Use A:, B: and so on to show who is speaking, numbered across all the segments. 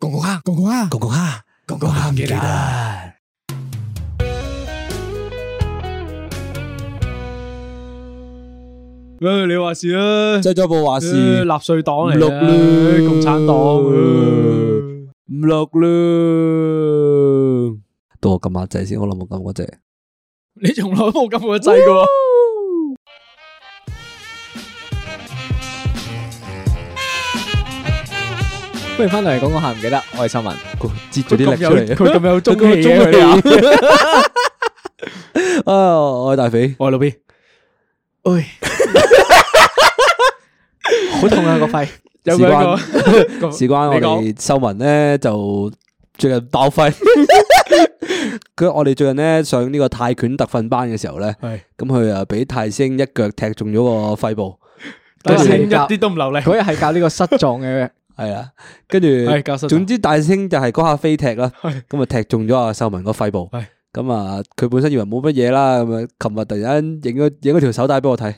A: 公公蝦，公公蝦，公公蝦，公公蝦唔記得。
B: 唉，你話事啦，
A: 製咗部話
B: 唉
A: 事，
B: 納粹黨
A: 唔
B: 嚟
A: 錄
B: 嘅，唉
A: 啦，
B: 共產黨。唉
A: 唔錄啦。到我撳下掣先，我諗我撳嗰隻。
B: 你從來都冇撳過掣嘅喎。
C: 不如翻到嚟講講下唔記得，我係秀文，
A: 截
B: 佢
A: 咗啲力
B: 咁
A: 出嚟
B: 有佢咁有中氣
C: 佢咁有
B: 嘅佢哋啊！
A: 啊！我係大肥，
B: 我係老 B，
C: 好痛啊個肺，
B: 有
A: 事
B: 冇
A: 關
B: 一個
A: 事關我
B: 你講
A: 哋秀文咧就最近爆 肺。佢我哋最近咧上呢個泰拳特訓班嘅時候咧，
B: 係
A: 咁佢啊俾泰星一腳踢中咗個肺部，
B: 但
C: 嗰日
B: 係
C: 係
B: 一
C: 教
B: 啲都唔流利。
C: 嗰日係教呢個失狀嘅，
A: 係啊，跟
B: 係教室
A: 住
B: 啊
A: 總之大星就係嗰下飛踢啦，
B: 係
A: 咁啊踢中咗阿秀文個肺部
B: 係，
A: 咁啊佢本身以為冇乜嘢啦，咁啊琴日突然間影咗影咗條手帶俾我睇，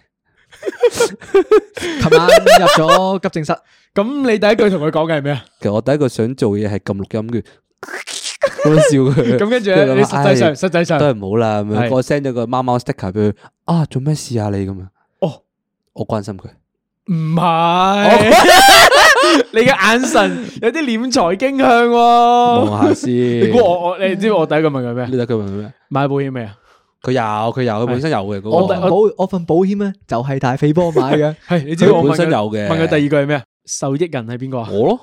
C: 琴晚入咗急症室，
B: 咁你第一句同佢講嘅係咩啊？
A: 其實我第一個想做嘅嘢係撳錄音 嘅，咁樣笑佢，
B: 咁跟住咧，
A: 佢話
B: 你實際
A: 唉
B: 上實際上
A: 都係唔好啦，咁
B: 係
A: 樣我 send 咗個貓貓 sticker 俾佢，啊做咩事啊你咁樣，
B: 哦，
A: 我關心佢，
B: 唔係。你嘅眼神有啲斂財傾向喎。
A: 望下先，
B: 哦 你
A: 你
B: 估我我你知唔知我第一個問佢咩？
A: 你得佢問咩？
B: 買保險未啊？
A: 佢有佢有，佢本身有嘅
C: 我
A: 嗰
C: 份
A: 個，
C: 保我份保險咧就係大肥幫 我買嘅，
B: 係你知唔知我
A: 佢
B: 問
A: 本身
B: 佢
A: 有嘅，
B: 問佢第二句係咩啊？受益人係邊個啊？
A: 我咯，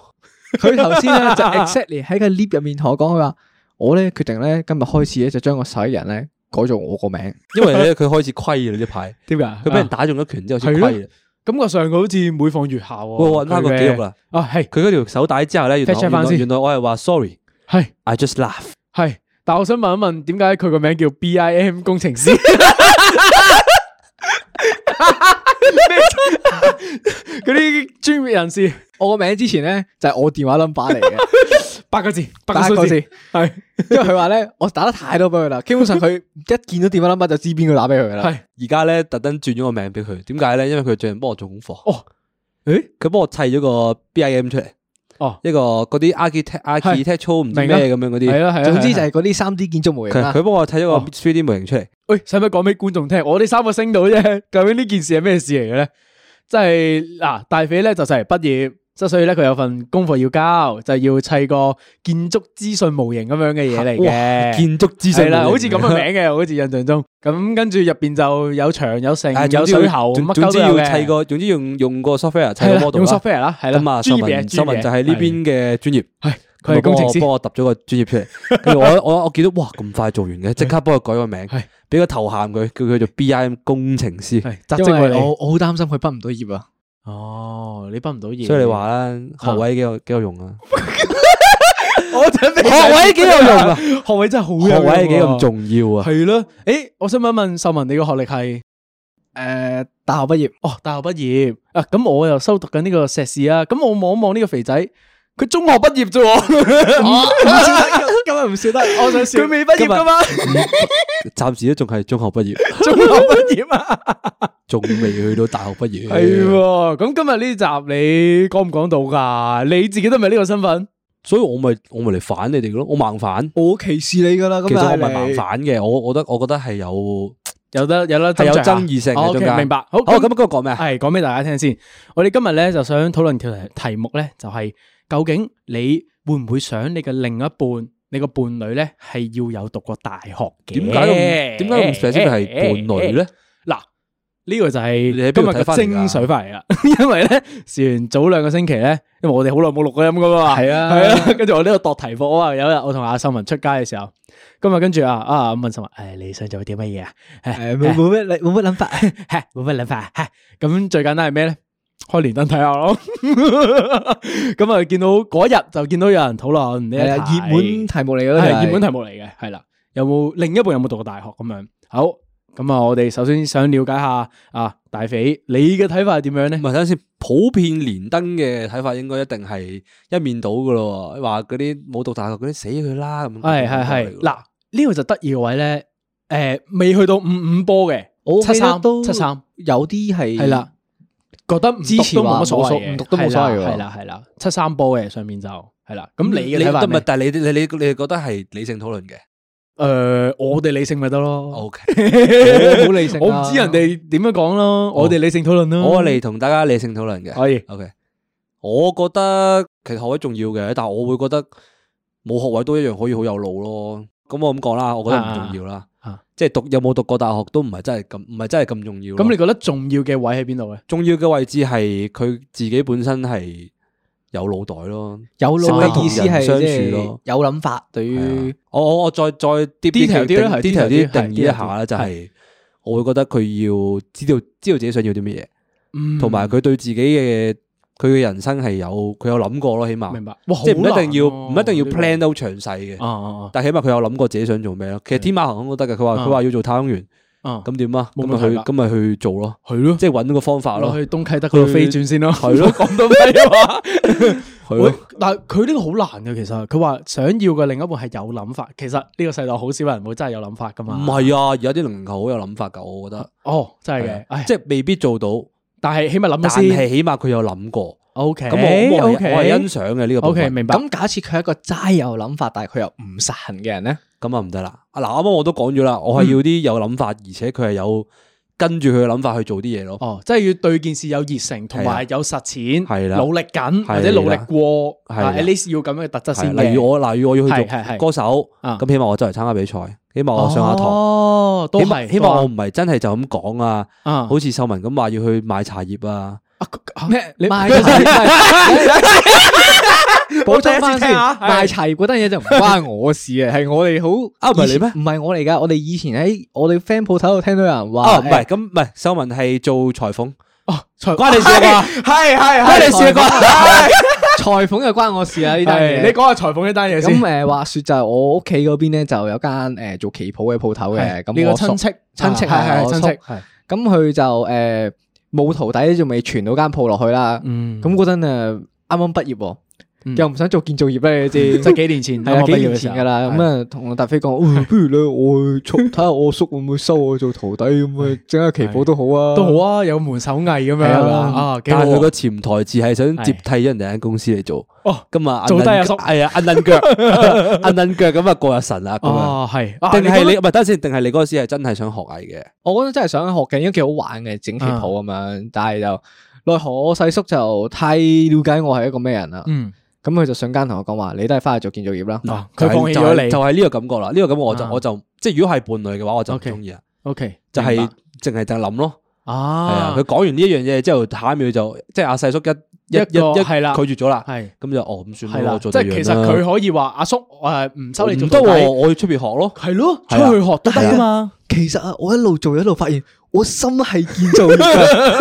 C: 佢頭先咧就 exactly 喺個 lift 入面同我講，佢話我咧決定咧今日開始咧就將個洗人咧改做我個名，
A: 因為咧佢開始虧啦呢排。
B: 點解？
A: 佢俾人打中咗拳之後先虧
B: 啊係
A: 啦，
B: 感覺上佢好似每況愈下喎。
A: 我揾翻個記錄啦。
B: 佢嘅。啊，係
A: 哦佢嗰條手帶之後咧，原來
B: Fact check 返
A: 原來
B: 先
A: 原來我係話 sorry，I
B: 係
A: just laugh。
B: 係，但我想問一問，點解佢個名叫 BIM 工程 師？咩嗰啲專業人士
C: 我個名之前咧就係我電話 number 嚟 嘅。
B: 八個字，八
C: 打一
B: 個
C: 個
B: 數字
C: 字，
B: 係
C: 因為佢話咧，我打得太多俾佢啦，基本上佢一見到電話 number 就知邊個打俾佢噶啦。
B: 係
A: 而家咧特登轉咗個名俾佢，點解咧？因為佢最近幫我做功課。
B: 哦，
A: 誒，佢幫我砌咗個 BIM 出嚟。
B: 哦啊
A: 一個嗰啲 architect architectural 唔知咩咁樣嗰
B: 係
A: 啲，
B: 啦係啦。
C: 總之就
B: 係啦
C: 係啊嗰啲三 D 建築模型
A: 佢
C: 啦
A: 佢。幫我砌咗個
B: 哦
A: 3D 模型出嚟。
B: 喂，使唔使講俾觀眾聽？我哋三個升到啫， 究竟呢件事係咩事嚟嘅咧？即係嗱，大肥咧就就嚟畢業，即係所以咧佢有份功課要交，就要砌個建築資訊模型咁樣嘅嘢嚟
A: 哇
B: 嘅。
A: 建築資
B: 係
A: 訊
B: 啦，好似咁嘅名嘅，我好似印象中。咁跟住入邊就有牆有城
A: 係啊
B: 有水喉，
A: 總
B: 乜
A: 總
B: 鳩
A: 之
B: 都有
A: 要砌
B: 嘅。
A: 個，總之用用個 software 砌
B: 係
A: 個
B: 啦，
A: model
B: 用
A: 啦。
B: software 啦，係啦。
A: 咁啊，秀
B: 專業嘢
A: 文秀文就係呢。邊嘅專業。
B: 專業嘢係佢係工程師
A: 啊幫我揼咗個專業出 嚟，跟住我我我見到哇咁快做完嘅，即刻幫佢改個名
B: 係，
A: 俾個頭銜佢，叫佢做 BIM 工程師。
B: 係扎
C: 因
B: 職
C: 為
B: 為你。
C: 我我好擔心佢畢唔到業啊。
B: 哦，你畢唔到業，
A: 所以你 話
B: 啊
A: 啦，學位幾有幾有用啊？
B: 我準 備
A: 學位幾有用啊？
B: 學位真係好 有
A: 學
B: 用
A: 位幾咁
B: 喎
A: 重要啊？
B: 係咯，诶，我想問一問秀文，你個學歷係
C: 誒，大學畢業，
B: 哦大學畢業啊？咁我又修讀緊呢個碩士啊。咁我望一望呢個肥仔，佢中學畢業啫 喎，
C: 今日唔笑得，我想笑
B: 哦佢。未畢業噶嘛？
A: 暫時都仲係中學畢業，
B: 中學畢業啊，
A: 仲未去到大學畢業。
B: 係喎。咁今日呢集你講唔講到㗎？你自己都唔係呢個身份，
A: 所以我咪我咪嚟反你哋咯，我盲反。
B: 啊
C: 我歧視你噶啦，咁啊
A: 其實我唔係
C: 係
A: 盲
C: 你
A: 反嘅，我我覺得我覺得係有
B: 有得有得
A: 係有
B: 斟酌下
A: 爭議性
B: 哦
A: 嘅
B: ，OK，
A: 中間。
B: 明白。好，
A: 好，咁今日講 咩啊？
B: 系讲俾大家听先。我哋今日咧就想讨论条題题目咧，就系、究竟你会唔会想你嘅另一半，你个伴侣咧系要有读过大学嘅？
A: 點解咁點解咁 specific 係伴侶咧？
B: 嗱，呢個就係
A: 你喺邊
B: 今
A: 度
B: 日
A: 睇
B: 嘅
A: 返嚟㗎
B: 精髓翻嚟啦。 因為咧，事完早兩個星期咧，因為我哋好耐冇錄過音噶嘛，
C: 係 啊
B: 係啊。跟住我呢度度題目啊，有一日我同阿秀文出街嘅時候，今日跟住啊啊問秀文，誒你想做啲乜嘢啊？
C: 啊誒，冇冇咩，你冇乜諗法。
B: 冇乜諗法。咁最簡單係咩咧？开连登睇下咯。 咁啊，见到嗰日就见到有人讨论呢
C: 系啊，
B: 一
C: 热門題目嚟
B: 系
C: 嘅啦，
B: 热门
C: 題
B: 题目嚟嘅，系啦。有冇另一半有冇讀過大學咁樣？好，咁啊，我哋首先想了解下啊，大肥你嘅睇法係點樣咧
A: 唔？係睇下先，普遍連登嘅睇法應該一定係一面倒噶咯喎，話嗰啲冇讀大學嗰啲死佢啦咁。
B: 係係係，嗱呢個就得意嘅位咧，诶，未去到五五波嘅，
C: 我
B: 七
C: 記得
B: 三
C: 都
B: 七三
C: 有啲係
B: 系啦，覺得唔讀
C: 支持
B: 都
C: 話
B: 冇乜所
C: 冇
B: 謂
C: 謂
B: 嘅，
C: 唔讀都冇所謂喎嗯
B: 係啦係啦，七三波嘅上面就係啦。咁你嘅
A: 你
B: 睇法
A: 得唔
B: 係
A: 係
B: 咩？
A: 但係你你你你哋覺得係理性討論嘅
B: 诶，呃我哋理性咪得咯。
A: ？O K，
C: 我好理性啊
B: 我唔知人哋點樣講咯，我哋理性討論咯。
A: 我嚟同大家理性討論嘅。
B: 可以
A: O K，我覺得其實學位重要嘅，但係我會覺得冇學位都一樣可以好有腦咯。咁我咁講啦，我覺得唔重要啦，
B: 啊啊啊
A: 即係讀有冇讀過大學都唔係真係咁，唔係真係咁重要咯。
B: 咁你覺得重要嘅位喺邊度咧？
A: 重要嘅位置係佢自己本身係有腦袋咯。
C: 有腦
A: 識得
C: 嘅意思係
A: 同人相
C: 即
A: 處
C: 係
A: 咯
C: 有諗法對
A: 係
C: 於
A: 啊。我我我再再
B: detail 啲啦
A: detail 啲
B: 係 detail 啲係
A: 定義一下咧，
B: detail 啲
A: 就係我會覺得佢要知道知道自己想要啲乜
B: 嗯
A: 嘢，同埋佢對自己嘅佢嘅人生係有佢有諗過咯，起
B: 明
A: 碼
B: 白，哇，
A: 即係唔啊一定要
B: 好
A: 唔
B: 難啊
A: 一定要
B: 呢個
A: plan 得好詳細嘅，
B: 哦
A: 但起碼佢有諗過自己想做咩咯。其實天馬行空都得嘅，佢話
B: 啊
A: 佢話要做太空員，
B: 哦，咁
A: 咁點啊？
B: 冇
A: 咁
B: 問
A: 咪
B: 題
A: 去
B: 啦
A: 咁咪去做咯，
B: 系咯，
A: 即係揾個方法
B: 落
A: 咯，
B: 去東啟德嗰度
A: 佢
B: 飛轉先咯，
A: 係咯
B: 講到咩話？
A: 係咯。
B: 但係佢呢個好難嘅，其實佢話想要嘅另一半係有諗法，其實呢個世代好少人會真係有諗法噶嘛。
A: 唔，係啊，而家啲零零後好有諗法㗎，我覺得，
B: 哦，真係
A: 係啊
B: 嘅，唉，
A: 即係未必做到，
B: 但係起碼諗
A: 但
B: 咗先。
A: 係起碼佢有諗過。
B: O K，
A: 咁我我係我係欣
B: 賞。
A: 賞嘅呢個部
B: O K，
A: 分。
B: 明白。
C: 咁假設佢係一個齋有諗法，但係佢又唔實行嘅人咧，
A: 咁啊唔得啦。啊嗱，啱啱我都講咗啦，
B: 嗯
A: 我係要啲有諗法，而且佢係有跟住佢嘅諗法去做啲嘢咯。
B: 哦，即係要對件事有熱誠，同埋有實踐，
A: 啊係啦
B: 努力緊
A: 係啦
B: 或者努力過，
A: 係啦
B: 啊 at least 要咁嘅特質
A: 係啊
B: 先
A: 例如我，例如我要去
B: 係係係
A: 做歌手，
B: 啊
A: 咁起碼我周嚟參加比賽，起碼我上下堂，
B: 哦，都
A: 起
B: 係
A: 碼起碼我唔係真係就咁講啊，
B: 啊，
A: 好似秀文咁話要去買茶葉啊。
B: 咩？你
C: 賣茶 葉補充翻先，
B: 係
C: 賣茶葉嗰單 嘢就唔關我事嘅，係我哋好
A: 啊唔係你咩
C: 以前唔係我嚟㗎，我哋以前喺我哋 friend 鋪頭度聽到有人話，
A: 啊，唔係咁，
C: 誒
A: 唔係秀文係做裁縫，
B: 哦， 財
A: 關你事啊嘛，
B: 係係
C: 關你事啊
B: 關
C: 裁縫就關我事啊呢單嘢。
B: 你講下裁縫呢單嘢
C: 咁
B: 先。
C: 誒話説就係我屋企嗰邊咧就有間誒做旗袍嘅鋪頭嘅，咁
B: 你個
C: 我叔
B: 親戚
C: 親戚
B: 啊係
C: 係
B: 係
C: 我
B: 親
C: 叔
B: 戚，
A: 係
C: 咁佢就誒冇徒弟仲未傳到間鋪落去啦。
B: 嗯
C: 咁嗰陣誒啱啱畢業喎，
B: 嗯
C: 又唔想做建造業咧，你知。
B: 即係幾年前，
C: 系啊，
B: 啱啱
C: 幾
B: 畢業
C: 年
B: 嘅時
C: 前
B: 候
C: 噶啦，咁啊同達飛講，哦不如咧，我去 速睇下我叔會唔會收我做徒弟咁啊，整下旗袍都好啊，
B: 都好啊，有門手藝咁樣
C: 係啊
B: 啊，幾
A: 但
B: 好
A: 係佢個
B: 啊。
A: 潛台詞係想接替咗人哋間公司嚟做。
B: 哦，
A: 咁啊，
B: 做低阿叔
A: 係啊，摁摁腳， 摁摁腳咁啊過下神啊咁樣。
B: 哦，係，
A: 定係
B: 覺
A: 你
B: 得
A: 唔係等陣先，定係你嗰時係真係想學藝嘅？
C: 我嗰陣真係想學嘅，因為幾好玩嘅，整旗袍咁
B: 啊
C: 樣，但係就奈何我細叔就太了解我係一個咩人啦，
B: 嗯，
C: 咁佢就上間同我講話，你都係翻去做建造業啦。
B: 嗱，哦佢放棄
A: 就係
B: 咗你
A: 就係呢個感覺啦。呢個感覺我就
B: 啊
A: 我就即係如果係伴侶嘅話，我就唔
B: OK
A: 中意啦。
B: ，OK，
A: 就係
B: 明白
A: 淨係就諗咯。係啊，
B: 啊
A: 佢，講完呢一樣嘢之後，下一秒就即係阿細叔一一
B: 一個
A: 一一
B: 係啦
A: 拒絕咗啦。
B: 係
A: 咁就哦咁
B: 係
A: 算啦，
B: 啦，
A: 我
B: 即
A: 做第二
B: 係其
A: 樣
B: 實
A: 啦
B: 佢可以話阿叔，我誒唔收你
A: 唔
B: 做
A: 得
B: 徒
A: 喎，
B: 弟，
A: 我要出面學咯。
B: 係咯，出
A: 係啊
B: 去學都得噶嘛。
C: 其實啊，我一路做一路發現，我心係 建造業㗎，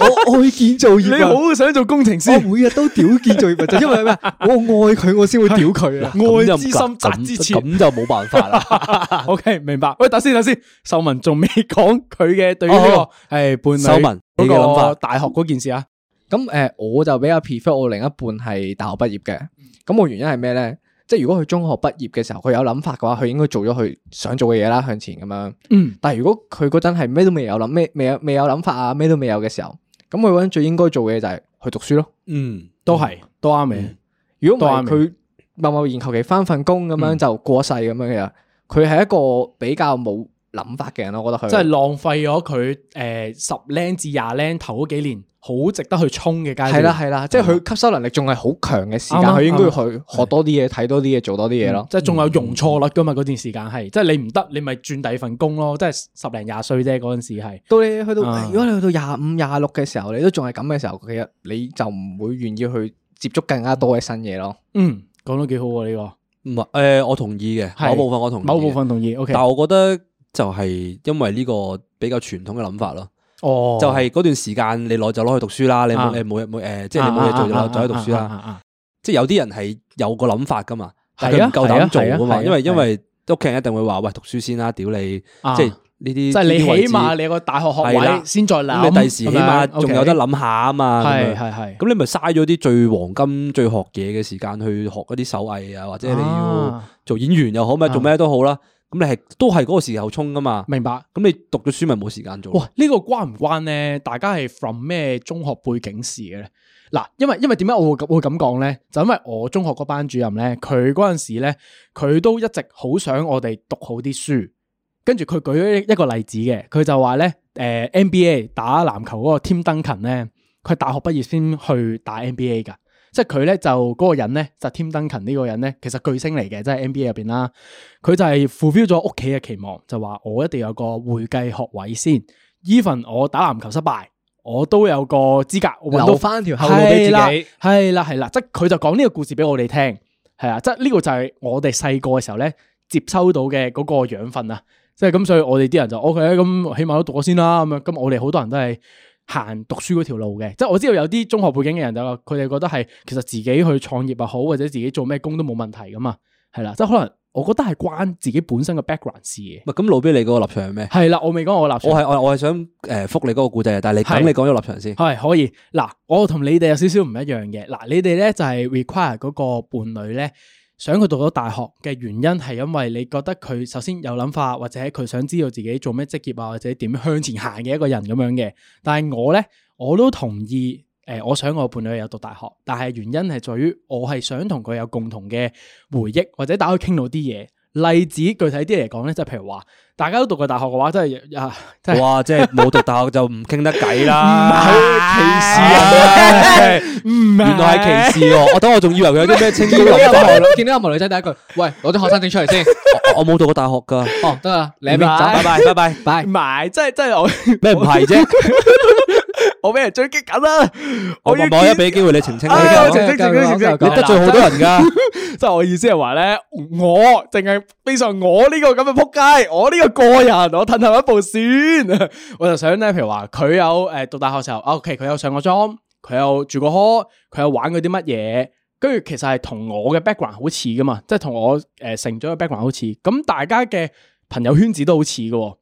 C: 我愛建造業
B: 你
C: 啊。
B: 好想做工程師，
C: 我每日都屌建造業啊，就因 為咩？我愛佢，我先會屌佢啊。
A: 咁就
B: 愛之深，責之切
A: 咁。咁就冇辦法啦。
B: O K，明白。喂，等先，等先，秀文仲未講佢嘅對於呢
A: 哦
B: 個係伴侶
A: 秀文，你嘅諗
B: 嗰
A: 法
B: 個大學嗰件事啊。
C: 咁誒、呃我就比較 prefer 我另一半係大學畢業嘅。
B: 嗯
C: 咁我原因係咩咧？即係如果佢中學畢業嘅時候，佢有諗法嘅話，佢應該做咗佢想做嘅嘢啦，向前咁樣。
B: 嗯，
C: 但係如果佢嗰陣係咩都未有諗，咩未有未有諗法啊，咩都未有嘅時候，咁佢嗰陣最應該做嘅嘢就係去讀書咯。
A: 嗯，
B: 都係，都啱嘅。
C: 如果唔係
B: 都啱
C: 佢默默然求其翻份工咁樣
B: 嗯
C: 就過世咁樣嘅，佢係一個比較冇諗法嘅人咯。我覺得佢
B: 即係啊浪費咗佢诶十零至廿零頭嗰幾年，好值得去衝嘅階段。
C: 係啦係啦，即係佢吸收能力仲係好強嘅時間，
B: 啱啊
C: 佢應該要
B: 啱
C: 去學多啲嘢、睇多啲嘢、做多啲嘢咯。
B: 嗯即係仲有容錯率噶嘛？嗰段時間
A: 嗯
B: 係，即係你唔得，你咪轉第二份工咯。即係十零廿歲啫，嗰陣時係。
C: 到你去到，
B: 啊
C: 如果你去到廿五、廿六嘅時候，你都仲係咁嘅時候，其實你就唔會願意去接觸更加多嘅新嘢咯。
B: 嗯，講得幾好喎呢
A: 唔係誒，我同意嘅，
B: 係
A: 某部分我
B: 個，
A: 同意嘅。
B: 某部分同意。O K，
A: 但我覺得就係因為呢個比較傳統嘅諗法咯，
B: 哦
A: 就係嗰段時間你耐就攞去讀書啦，你
B: 啊
A: 冇你冇嘢冇誒，即係你冇嘢做就攞就喺度讀書啦。
B: 啦。
A: 即係有啲人係有個諗法噶嘛，但係佢唔
B: 啊係啊
A: 夠膽做噶
B: 係啊係
A: 嘛，
B: 啊
A: 因為
B: 係啊啊
A: 因為屋企人一定會話喂讀書先啦，屌你，即係呢啲
B: 即係你
A: 呢啲位
B: 起
A: 置
B: 碼你有個大學學
A: 係啦
B: 位先再
A: 咁
B: 諗，
A: 你第時起碼仲有得諗下啊嘛，咁
B: 係
A: 樣
B: 係係。
A: 咁你咪嘥咗啲最黃金、最學嘢嘅時間去學嗰啲手藝啊，或者你要
B: 啊
A: 做演員又好，咪做咩都好啦。咁你係都係嗰個時候衝噶嘛，
B: 明白。
A: 咁你讀咗書咪冇時間做。
B: 哇！呢、個關唔關咧？大家係 from 咩中學背景事嘅咧？嗱，因為因為點解我會咁我會咁講咧？就因為我中學嗰班主任咧，佢嗰陣時咧，佢都一直好想我哋讀好啲書。跟住佢舉咗一個例子嘅，佢就話咧，誒、NBA 打籃球嗰個 Tim Duncan 咧，佢大學畢業先去打 NBA 㗎。即係佢咧就嗰、個人咧就 Tim Duncan 呢個人咧，其實巨星嚟嘅，即係 NBA 入邊啦。佢就係 fulfill 咗屋企嘅期望，就話我一定有個會計學位先。even 我打籃球失敗，我都有個資格我搵到
C: 留翻條後路俾自己
B: 係啦係啦係啦，即係佢就講呢個故事俾我哋聽，係啊，即係呢個就係我哋細個嘅時候咧接收到嘅嗰個養分啊，即係咁，所以我哋啲人就 O K 咁，起碼都讀咗先啦，咁樣，咁我哋好多人都係。行讀書嗰條路嘅，即係我知道有啲中學背景嘅人就話佢哋覺得係其實自己去創業又好，或者自己做咩工都冇問題噶嘛，係啦，即係可能我覺得係關自己本身嘅 background 事嘅，
A: 喂咁老俾你嗰個立場係咩？
B: 係啦，我未講我立場
A: 我係我我係想誒覆你嗰個故仔，啊但係你
B: 係
A: 等你講咗立場先。
B: 係可以。嗱，我同你哋有少少唔一樣嘅。嗱，你哋咧就係 require 嗰個伴侶咧，想佢讀到大學嘅原因係因為你覺得佢首先有諗法，或者佢想知道自己做咩職業啊，或者點向前行嘅一個人咁樣嘅。但係我咧，我都同意。誒、我想我伴侶有讀大學，但係原因係在於我係想同佢有共同嘅回憶，或者大家傾到啲嘢。例子具體啲嚟講咧，就譬如話，大家都讀過大學嘅話，真係啊， 真係
A: 哇！即係冇讀大學就唔傾得偈
B: 唔
A: 啦，
B: 係
A: 歧視人
B: 啊唔
A: 啊 原來係歧視喎！我等我仲以為佢有啲咩清 高諗法，
C: 見到有冇女仔第一句，喂，攞張學生證 出嚟先。
A: 我我冇讀過大學噶。
C: 哦，得啦，你喺
B: 唔係
C: 邊走，拜拜。
A: 拜拜，
C: 拜
B: 唔係，真係真係
A: 哎 咩唔係啫？
B: 我我俾人追擊緊啦！
A: 我
B: 要
A: 我我一
B: 見
A: 俾機會你澄清你
B: 哎呀
A: 嘅
B: 我澄清澄清澄清
A: 你得罪好多人噶。
B: 即係我意思係話咧，我淨係非常我呢個咁嘅仆街，我呢個個人，我褪後一步先。 我就想咧，譬如話佢有誒、呃、讀大學時候啊，OK，佢有上過莊，佢有住過科，佢有玩過啲乜嘢，跟住其實係同我嘅 background 好似噶嘛，即係同我誒、呃成長嘅 background 好似，咁大家嘅朋友圈子都好似嘅喎。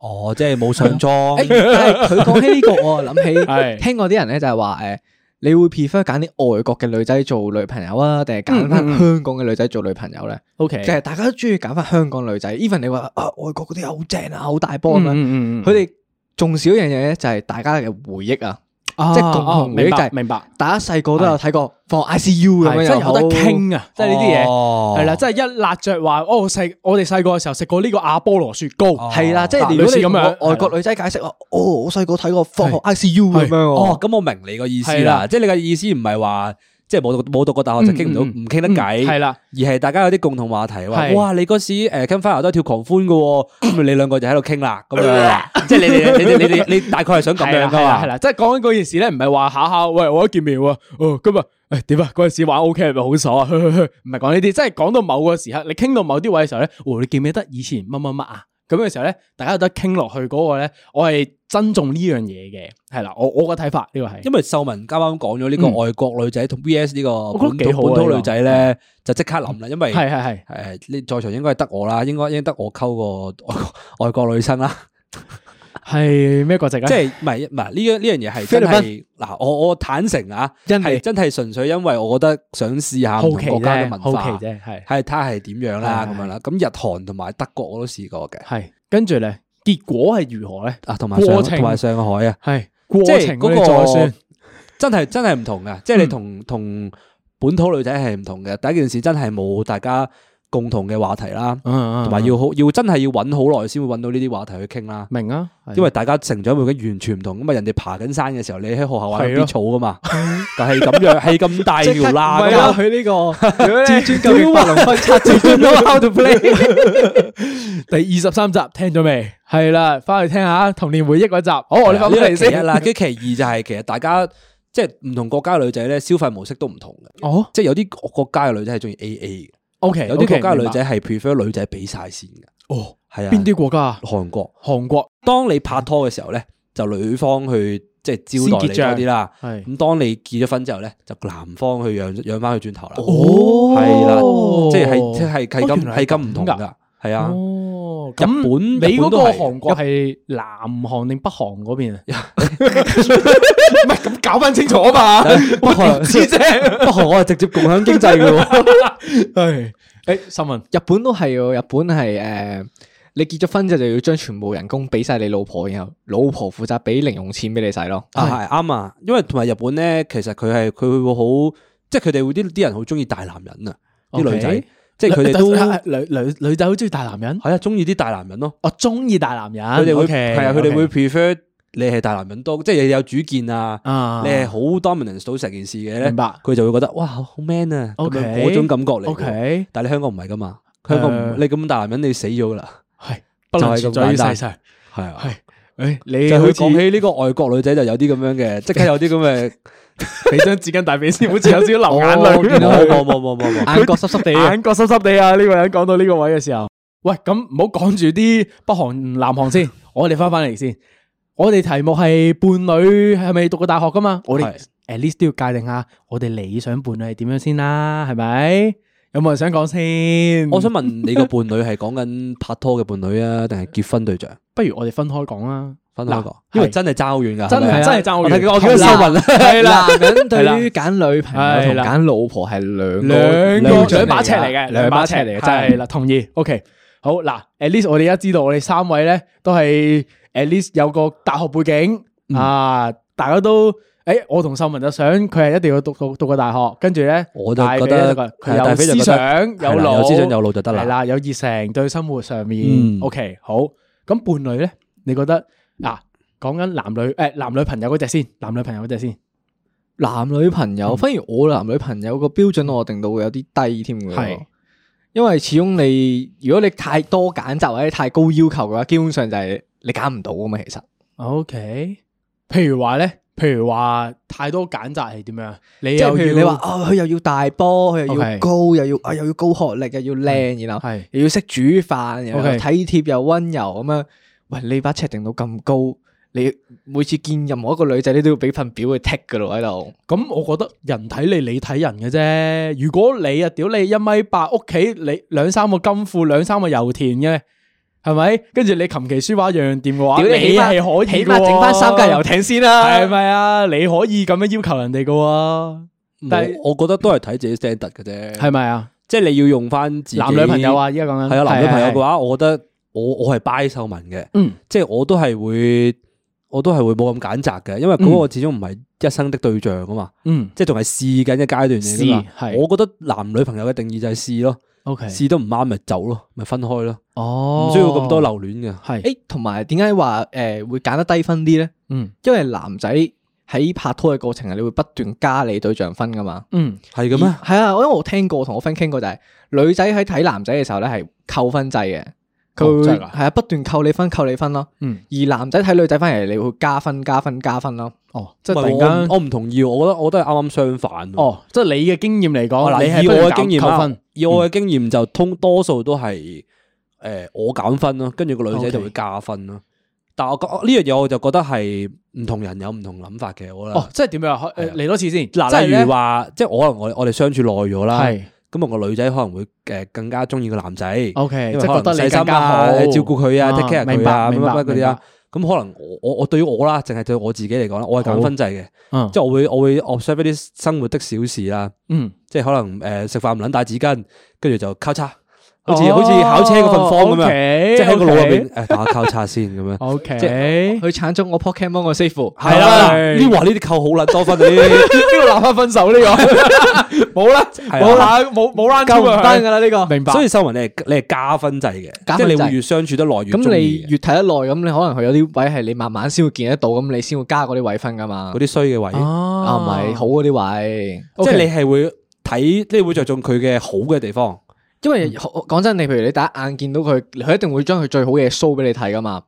A: 哦，即係冇上
C: 誒
A: 妝，
C: 誒佢講起呢個，我就諗
B: 係
C: 起聽過啲人咧就係話誒，你會 prefer 揀啲外國嘅女仔做女朋友啊，定係揀翻
B: 嗯嗯嗯
C: 香港嘅女仔做女朋友咧？
B: OK，
C: 就係大家都中意揀翻香港女仔，even 你話啊外國嗰啲好正啊，好大波咁樣，
B: 嗯
C: 佢哋重視一樣嘢咧就係大家嘅回憶啊，
B: 啊
C: 即係共同回憶
B: 明
C: 就
B: 白
C: 係
B: 明白。
C: 大家細個都有睇過放 ICU 咁樣
B: 係真係有
C: 又好
B: 得傾啊！即係呢啲嘢
A: 哦
B: 係啦，即係一辣着話哦，細我哋細個嘅時候食過呢個阿波羅雪糕，
A: 哦
C: 係啦，即係
B: 嗱
C: 如
B: 類
C: 果
B: 似
C: 你
B: 咁
C: 咁
B: 樣
C: 外國
B: 係啦
C: 女仔解釋話，哦，我細個睇過放學
B: 係
C: ICU 咁樣
A: 哦
C: 喎，，
A: 咁我明你個意思
B: 係
A: 啦，
B: 啦
A: 即係你嘅意思唔係話即係冇讀冇讀過大學就傾唔到
B: 嗯嗯
A: 唔傾得偈，
B: 係啦，
A: 而係大家有啲共同話題話，
B: 係
A: 哇！你嗰時誒 c a m p f i r e 都係跳狂歡噶喎，咁你兩個就喺度傾啦， 咁樣啦，即係你哋你哋你哋你大概係想咁
B: 係啦
A: 樣噶
B: 係啦
A: 嘛
B: 係？啦，即係講緊嗰件事咧，唔係話下下喂我一見面喎，哦今日誒點啊嗰陣時玩 O K 係咪好爽啊？呵 呵呵唔係講呢啲，即係講到某個時刻，你傾到某啲位嘅時候咧，哦你記唔記得以前乜乜乜啊？咁嘅時候咧，大家有得傾落去嗰個咧，我係珍重呢樣嘢嘅，係啦，我我嘅睇法呢個係
A: 因為秀文啱啱講咗呢個
B: 嗯
A: 外國女仔同 VS 呢個
B: 我覺
A: 本
B: 得幾
A: 土
B: 好啊
A: 本
B: 呢
A: 土
B: 個
A: 女仔咧，就即刻諗啦，因為
B: 係係係
A: 誒，你在場應該係得我啦，應該應該得我溝個外國外國女生啦，
B: 係咩國籍啊？
A: 即係唔係唔係呢樣呢樣嘢係
C: 菲
A: 真
C: 律賓
A: 係嗱，我我坦誠啊，
C: 因
A: 係真係純粹因為我覺得想試下
B: 好
A: 唔同
B: 奇
A: 國家嘅
B: 啫，
A: 文
B: 好
A: 化，
B: 奇啫，係。
A: 係睇下係點樣啦
B: 係
A: 咁
B: 係
A: 樣啦。咁日韓同埋德國我都試過嘅，
B: 系，跟住咧，结果系如何咧？
A: 啊同埋上
B: 過程
A: 同埋上海啊，
B: 系过
A: 即係
B: 程
A: 嗰
B: 嗰
A: 個
B: 個再算，
A: 真係真係唔同嘅，即係你
B: 嗯
A: 同同本土女仔係唔同嘅。第一件事真係冇大家共同嘅話題啦，
B: 同
A: 同埋要好要真係要揾好耐先會揾到呢啲話題去傾啦。
B: 明啊，
A: 因為大家成長背景完全唔同，咁啊人哋爬緊山嘅時候，你喺學校玩
B: 係
A: 緊啲
B: 咯
A: 草噶嘛， 但係咁樣係咁大條
C: 即刻
A: 罅
C: 唔
A: 㗎
C: 係啊
A: 嘛，
C: 佢 呢個至尊究竟白龍分拆至尊
A: know how to play。
B: 第二十三集聽咗未？啊係啦，翻去聽下童年回憶嗰集。哦好，我哋
A: 啊呢
B: 翻返
A: 個
B: 嚟
A: 其一
B: 先。
A: 啦，跟住其二就係其實大家即係唔同國家嘅女仔咧，消費模式都唔同嘅。
B: 哦
A: 即係有啲國家嘅女仔係中意 A A 嘅，
B: ，OK，
A: 有啲國家嘅女仔係 prefer 女仔俾晒先嘅。
B: 哦，
A: 係啊，
B: 邊啲國家啊？
A: 韓國？
B: 韓國
A: 當你拍拖嘅時候咧，就女方去即係招待你
B: 先結帳
A: 多啲啦。
B: 係
A: 咁當你結咗婚之後咧，就男方去養養翻佢轉頭啦。
B: 哦
A: 係啦，即係係即係係
B: 哦
A: 咁
B: 原來係
A: 係咁唔同
B: 咁㗎
A: 㗎，係啊。
B: 哦，
A: 日
B: 咁
A: 本
B: 你
A: 日本
B: 嗰個
A: 都係
B: 韓國係南韓定北韓嗰邊啊？
C: 唔係咁搞翻清楚 啊嘛，
A: 北韓
B: 啫，
A: 北韓我係直接共享經 濟嘅喎。
B: 係誒新聞
C: 日本都係喎，日本係诶，你結咗婚之後就要將全部人工俾晒你老婆，然後老婆負責俾零用錢俾你使咯。
A: 啊，係啱啊，因為同埋日本咧，其實佢係佢會好，即係佢哋會啲啲人好中意大男人啊，啲女仔
B: OK，
A: 即係佢哋都係
B: 女女女女仔好中意大男人，
A: 啊，中意啲大男人咯。
B: 我中意大男人，
A: 佢哋會
B: OK，
A: 係啊，佢哋
B: OK
A: 會 prefer 你係大男人多，即係你有主見啊，
B: 啊
A: 你係好 dominance 到成件事嘅咧
B: 明白，
A: 佢就會覺得哇好 man 啊，咁
B: OK
A: 樣嗰種感覺嚟嘅。
B: OK
A: 但係你香港唔係噶嘛，香港唔
B: 誒
A: 你咁大男人你死咗噶啦，
B: 係不論
A: 就係
B: 存
A: 咁
B: 在於
A: 簡單
B: 世上，
A: 係啊。
B: 係誒你
A: 就佢
B: 好似
A: 講起呢個外國女仔就有啲咁樣 嘅，即刻有啲咁嘅
B: 俾張紙巾大髀先，好似有少少流眼
C: 哦我見到
B: 淚。
A: 冇冇冇冇冇冇。
C: 眼角濕濕地啊，
B: 眼角濕濕地啊！呢、個人講到呢個位嘅時候，喂，咁唔好講住啲北韓、南韓 先，我哋翻返嚟先。我哋題目係伴侶係咪讀過大學噶嘛？我哋
A: 係
B: at least 都要界定下我哋理想伴侶係點樣先啦，係咪？有冇人想講先？
A: 我想問你個伴侶係講緊拍拖嘅伴侶啊，定係結婚對象？
B: 不如我哋分開講啦，
A: 分開
B: 嗱
A: 講，因為
B: 係
A: 真係爭好遠㗎。
B: 真
A: 係咪
B: 係
A: 啊
B: 真係爭好
A: 我
B: 遠
A: 睇我見到
C: 係
A: 秀
C: 啦
A: 雲啦，
B: 係 啦
C: 男人對
B: 係
C: 於揀女朋友
B: 係
C: 同
B: 啦
C: 揀老婆係兩
B: 兩個
C: 個
B: 兩把尺嚟嘅，
C: 兩把尺嚟嘅，真
B: 係
C: 係
B: 啦，同意。OK，好嗱，at least 我哋而家知道我哋三位咧都係 at least 有個大學背景啊，大家都誒，我同秀文就想佢係一定要讀讀讀個大學，跟住咧
A: 我就
B: 大
A: 覺
B: 肥咧
A: 得
B: 就話
A: 係
B: 佢有
A: 大肥就覺
B: 思
A: 得係
B: 想
A: 啦
B: 有腦，
A: 有思想有腦就得啦
B: 係啦，有熱誠對生活上面
A: 嗯。
B: OK，好咁伴侶咧，你覺得嗱講緊男女誒男女朋友嗰只先，男女朋友嗰只先
C: 男女朋友，反而我男女朋友個標準我定到會有啲低添
B: 係
C: 嘅，因為始終你如果你太多揀擇或者太高要求嘅話，基本上就係你揀唔到噶嘛。其實
B: OK，譬如話咧，譬如話太多揀擇係點樣？啊你
C: 即係
B: 又
C: 譬
B: 要
C: 如你話哦，佢又要大波，佢又
B: OK
C: 要高，又要啊又要高學歷，又要靚，然後
B: 係
C: 又要識煮飯，又
B: OK
C: 又體貼又温柔咁樣。喂，你把尺定到咁高，你每次見任何一個女仔，你都要俾份表佢剔噶咯喺度。
B: 咁，我覺得人睇你，你睇人嘅啫。如果你啊，屌你一米八，屋企你兩三個金庫，兩三個油田嘅，係咪？跟住你琴棋書畫樣樣掂嘅話，
C: 屌你
B: 係
C: 起
B: 可
C: 碼
B: 以嘅喎
C: 起碼整翻三架遊，艇先啦，
B: 係咪啊？你可以咁樣要求人哋嘅喎，但係
A: 我我覺得都係睇自己 standard 嘅啫。
B: 係咪啊？
A: 即係你要用翻自己
B: 男女朋友啊，依家講緊
A: 係啊，男女朋友嘅，
B: 係係
A: 話，我覺得我我係 buy 秀文嘅，
B: 嗯，
A: 即係我都係會，我都係會冇咁揀擇嘅，因為嗰個始終唔係一生的對象啊嘛，
B: 嗯
A: 即係仲係試緊嘅階段嚟噶嘛。
B: 試係
A: 我覺得男女朋友嘅定義就係試咯，
B: ，OK，
A: 試都唔啱咪走咯，咪分開咯，
B: 哦
A: 唔需要咁多，留戀嘅。
B: 係，
C: 诶，同埋點解話诶会拣得低分啲咧？
B: 嗯
C: 因為男仔喺拍拖嘅過程，你會不斷加你對象分噶嘛。
B: 嗯，
A: 係嘅咩？
C: 係啊，因為我聽過，同我 friend 傾過就係女仔喺睇男仔嘅時候咧係扣分制嘅，
B: 哦真
C: 佢會
B: 係㗎
C: 係啊不斷扣你分扣你分咯。
B: 嗯，
C: 而男仔睇女仔翻嚟，你會加分加分加分咯。
B: 哦，即
A: 唔
B: 係突
A: 係我
B: 然
A: 唔
B: 間。
A: 我唔同意，我覺得我都係啱啱相反喎。
B: 哦，即係你嘅經驗嚟
A: 我
B: 哦講，你
A: 嗱，
B: 係
A: 哦以
B: 不
A: 我
B: 斷
A: 嘅經驗
B: 扣扣
A: 啦
B: 分，
A: 以我嘅經驗就通多數都係誒我減分咯，跟住個女仔就
B: OK
A: 會加分咯。但我覺呢樣嘢我就覺得係唔同人有唔同諗法嘅，我覺
B: 哦
A: 得。，
B: 即係點樣啊？
A: 係
B: 誒
A: 啊
B: 嚟多次先，即
A: 嗱，
B: 係
A: 例
B: 咧
A: 如話，即係我可能我我哋相處耐咗啦，
B: 係
A: 咁啊個女仔可能會誒更加中意個男仔，因
B: OK，
A: 為
B: 即係
A: 可
B: 覺
A: 能
B: 得
A: 細
B: 你更
A: 心
B: 加好
A: 啊，照顧佢啊，take care
B: 明
A: 佢
B: 白
A: 啊，乜
B: 明
A: 乜
B: 白
A: 乜嗰啲啊。咁可能我我我對於我啦，淨係對我自己嚟講啦，我係
B: 好
A: 減分制嘅，
B: 明白
A: 即係我會我會 observe 一啲生活的小事啦。
B: 嗯，
A: 即係可能诶食飯唔撚帶紙巾，跟住就交叉，好似好似考車嗰份方咁樣，
B: 樣
A: 即係喺個腦入边诶打交叉先咁 樣。
B: OK，
A: 即
C: 佢鏟咗我 Pokemon 個 save，
A: 哦係
B: 啊
A: 啦，
B: 係
A: 呢話呢啲扣好撚多分啊！呢啲
B: 呢個立刻分手呢 個冇啦，
A: 啊
B: 冇啦，冇冇 round
C: 夠
B: two
C: 唔
B: 啊
C: 翻㗎啦呢個。
B: 明白。
A: 所以秀文你係你係加分制嘅，
C: 加分
A: 即係你
C: 制
A: 會越相處得耐越
C: 咁
A: 中
C: 你
A: 意嘅
C: 越睇得耐，咁你可能佢有啲位係你慢慢先會見得到，咁你先會加嗰啲位分噶嘛
A: 嗰。啲衰嘅位，
C: 啊，
B: 啊
C: 唔係好，嗰啲位，
A: 即係
B: OK
A: 你係會睇，你會着重佢嘅好嘅地方。
C: 因為講真，你譬如你第一眼見到佢，佢一定會將佢最好嘅 show 俾你睇噶嘛。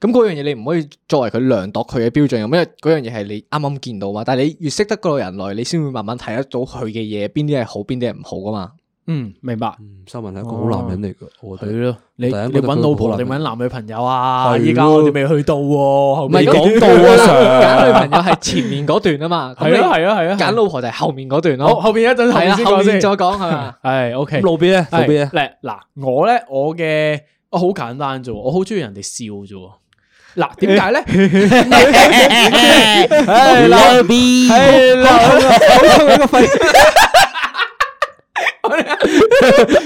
C: 咁嗰樣嘢你唔可以作為佢量度佢嘅標準，因為嗰樣嘢係你啱啱見到嘛。但係你越識得嗰個人耐，你先會慢慢睇得到佢嘅嘢，邊啲係好，邊啲係唔好噶嘛。
B: 嗯，明白。
A: 嗯修文係一個好男人嚟嘅，我覺
B: 佢
A: 得。
B: 咯，你你
A: 突然間覺得佢
B: 搵老
A: 好
B: 婆
A: 男
B: 定
A: 人
B: 搵男女朋友啊？
A: 係咯
B: 依家我哋未去到喎，後尾
C: 係
A: 講到啊，Sir
C: 揀女朋友係前面嗰段啊嘛，
B: 係啊係啊係啊，
C: 揀老婆就係後面嗰段
B: 好
C: 咯，
B: 後边一陣
C: 係
B: 後
C: 啦，
B: 先
C: 後
B: 講
C: 面
B: 先
C: 再。講係 嘛，
B: 係 OK，
A: 路邊咧，路邊咧，
B: 咧嗱，我咧我嘅我好簡單啫喎，我好中意人哋笑啫喎。嗱，點解咧？係啦，係啦，
A: 好痛啊個肺，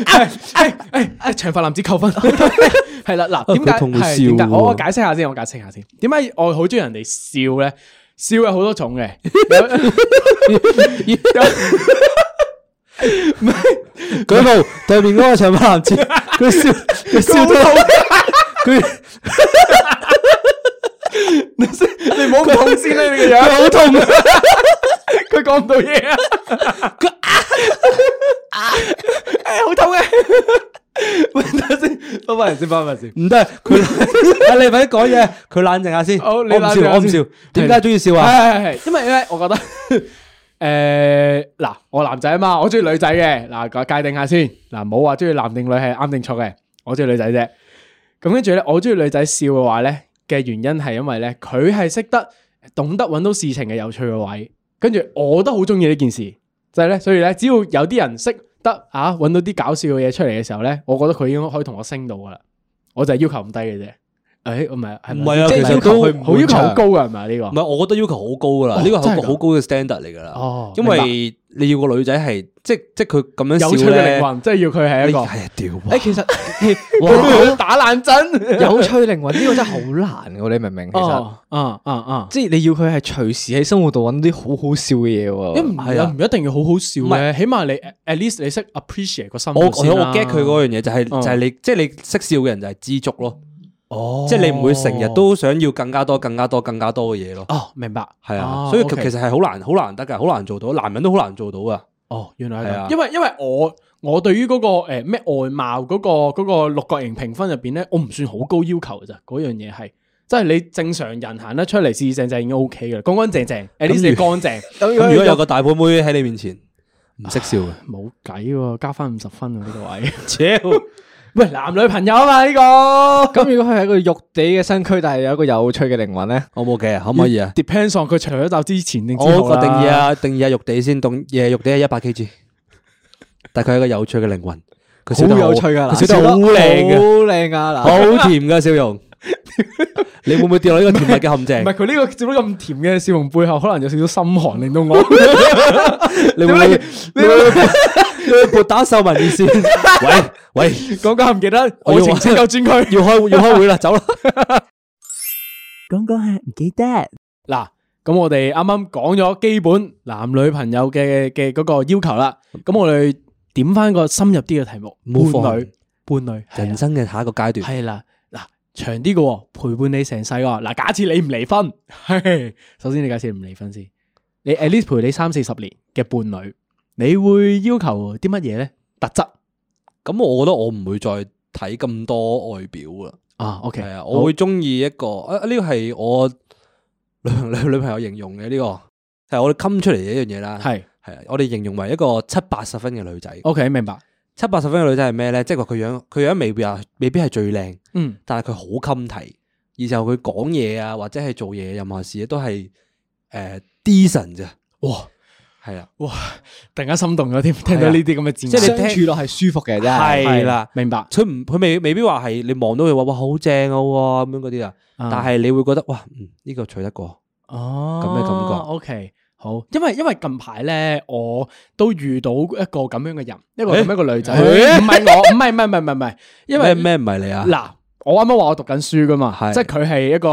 B: 哎哎哎，長髮男子扣分。係啦，嗱，點解
A: 佢同佢
B: 係
A: 笑
B: 點解？
A: 喎
B: 我我解釋下先，我解釋下先。點解我好中意人哋笑咧？笑有好多種嘅，有有
A: 舉報對面嗰個長髮男子，佢笑佢笑到佢
B: 你唔好講先啦，你個樣
A: 佢好痛啊！
B: 佢講唔到嘢啊！佢好痛啊！喂，等下先，翻翻嚟先，翻翻嚟先。
A: 唔得，佢啊你咪講嘢，佢冷靜下先。
B: 好你
A: 我唔
B: 冷靜
A: 笑，
B: 下
A: 我唔笑
B: 先。
A: 點解中意笑啊？
B: 系系系，因為咧，我覺得 诶嗱、我男仔啊嘛，我中意女仔嘅嗱，界定下先嗱，冇話中意男定女係啱定錯嘅，我中意女仔啫。咁跟住咧，我中意女仔笑嘅話咧嘅原因係因為咧，佢係識得懂得揾到事情嘅有趣嘅位，跟住我都好中意呢件事，就係咧，所以咧，只要有啲人識得啊揾到啲搞笑嘅嘢出嚟嘅時候咧，我覺得佢已經可以同我升到噶啦，我就係要求唔低嘅啫。诶、唔係係
A: 唔
B: 咪
A: 係啊
B: 即係
A: 其實
B: 要求
A: 都
B: 好要求好高噶，係咪啊呢個？
A: 唔係，我覺得要求好高噶啦，
B: 哦
A: 呢個係一
B: 真係
A: 個
B: 㗎
A: 好高嘅 standard 嚟噶啦。
B: 哦，
A: 因
B: 明白
A: 為你要個女仔係即即佢咁樣
B: 有趣
A: 笑
B: 嘅靈
A: 咧，
B: 魂，即係要佢係一
A: 你
B: 個
A: 係啊屌
C: 誒其實
B: 佢
C: 哇
B: 打 冷震，
C: 有趣靈魂呢個真係好難嘅，你明唔明？其實
B: 哦，啊啊啊，
C: 即係你要佢係隨時喺生活度揾啲好好笑嘅嘢喎，
B: 因為唔
A: 係啊
B: 唔一定要好好笑
A: 唔
B: 嘅，起碼你 at- at least 你識 appreciate 個生
A: 我
B: 活
A: 我
B: 先啦
A: 我 get 佢嗰樣嘢就係
B: 嗯
A: 就係你即係你識笑嘅人就係知足咯，
B: 哦
A: 即係你唔會成日都想要更加多、更加多、更加多嘅嘢咯。
B: 哦，明白，
A: 係
B: 哦
A: 啊，所以其
B: OK
A: 其實係好難、好難得㗎，好難做到，男人都好難做到啊。
B: 哦，原來
A: 係啊
B: 係咁，因為因為我我對於嗰個誒咩外貌嗰個嗰個六角形評分入邊咧，我唔算好高要求嘅咋，嗰樣嘢係。即係你正常人行得出嚟，四四正正已經 O K 嘅啦，乾乾淨淨，at least 你乾淨。
C: 咁
A: 咁如果有個大波妹喺你面前唔識笑嘅，
B: 冇計喎，加翻五十分啊呢個位。
A: 超
B: 喂，男女朋友啊嘛呢個。
C: 咁如果佢係一個肉地嘅身軀，但係有一個有趣嘅靈魂咧，
A: 我冇嘅，可唔可以啊？
B: depends on 佢除咗斗之前定之
A: 我
B: 後
A: 個
B: 啦
A: 定義，啊，定義下肉地先，定義肉地係一百 kg，但佢係一個有趣嘅靈魂，佢笑得
C: 好有趣㗎，嗱
A: 佢笑得好靚
C: 好
A: 嘅，
C: 靚啊嗱。
A: 好甜嘅笑容。你會唔會掉落呢個甜蜜嘅陷
B: 唔
A: 阱
B: 係？佢呢個笑得咁甜嘅笑容背後，可能有少少心寒，令到我
A: 你會唔會你會唔會你會撥打秀文熱線？喂喂，
B: 講講下唔記得，
A: 我要
B: 愛情拯救專區
A: 要開要開會啦，走啦！
D: 讲讲下唔記得。
B: 嗱。咁我哋啱啱講咗基本男女朋友嘅嘅嗰個要求啦，咁我哋點翻個深入啲嘅題目，伴
A: Move on
B: 侶伴侶係
A: 人
B: 啦
A: 生嘅下一個階段。
B: 係啦，嗱長啲嘅喎，陪伴你成世喎。嗱，假設你唔離婚，係首先你假設唔離婚先，你 at least 陪你三四十年嘅伴侶，你會要求啲乜嘢咧？特質
A: 咁我覺得我唔會再睇咁多外表啦，
B: 啊，OK，
A: 係啊，我會中意一個啊呢個係我女 女女朋友形容嘅呢個係我哋冚出嚟嘅一樣嘢啦，
B: 係
A: 係啊，我哋形容為一個七八十分嘅女仔，
B: OK，明白。
A: 七八十分嘅女仔係咩咧？即係話佢樣佢樣未必啊，未必係最靚，
B: 嗯，
A: 但係佢好襟睇，而就佢講嘢啊或者係做嘢任何事都係誒 decent 啫，
B: 哇
A: 係啊，
B: 哇，突然間心動咗添，聽到呢啲咁嘅字眼，
A: 即係你
C: 相
A: 聽
C: 處落係舒服嘅，真係。
A: 係啦。
B: 明白。
A: 佢唔佢未未必話係你望到佢話哇好正啊喎咁樣嗰啲啊，
B: 啊
A: 但係你會覺得哇嗯呢、個取得過，
B: 哦，
A: 咁嘅感覺
B: OK，好，因為因為近排咧，我都遇到一個咁樣嘅人，一個咁樣嘅女仔，
A: 欸
B: 唔係我，唔係唔係唔係唔係唔係，因為
A: 咩咩唔係你啊？
B: 嗱，我啱啱話我讀緊書噶嘛，
A: 係
B: 即係佢係一個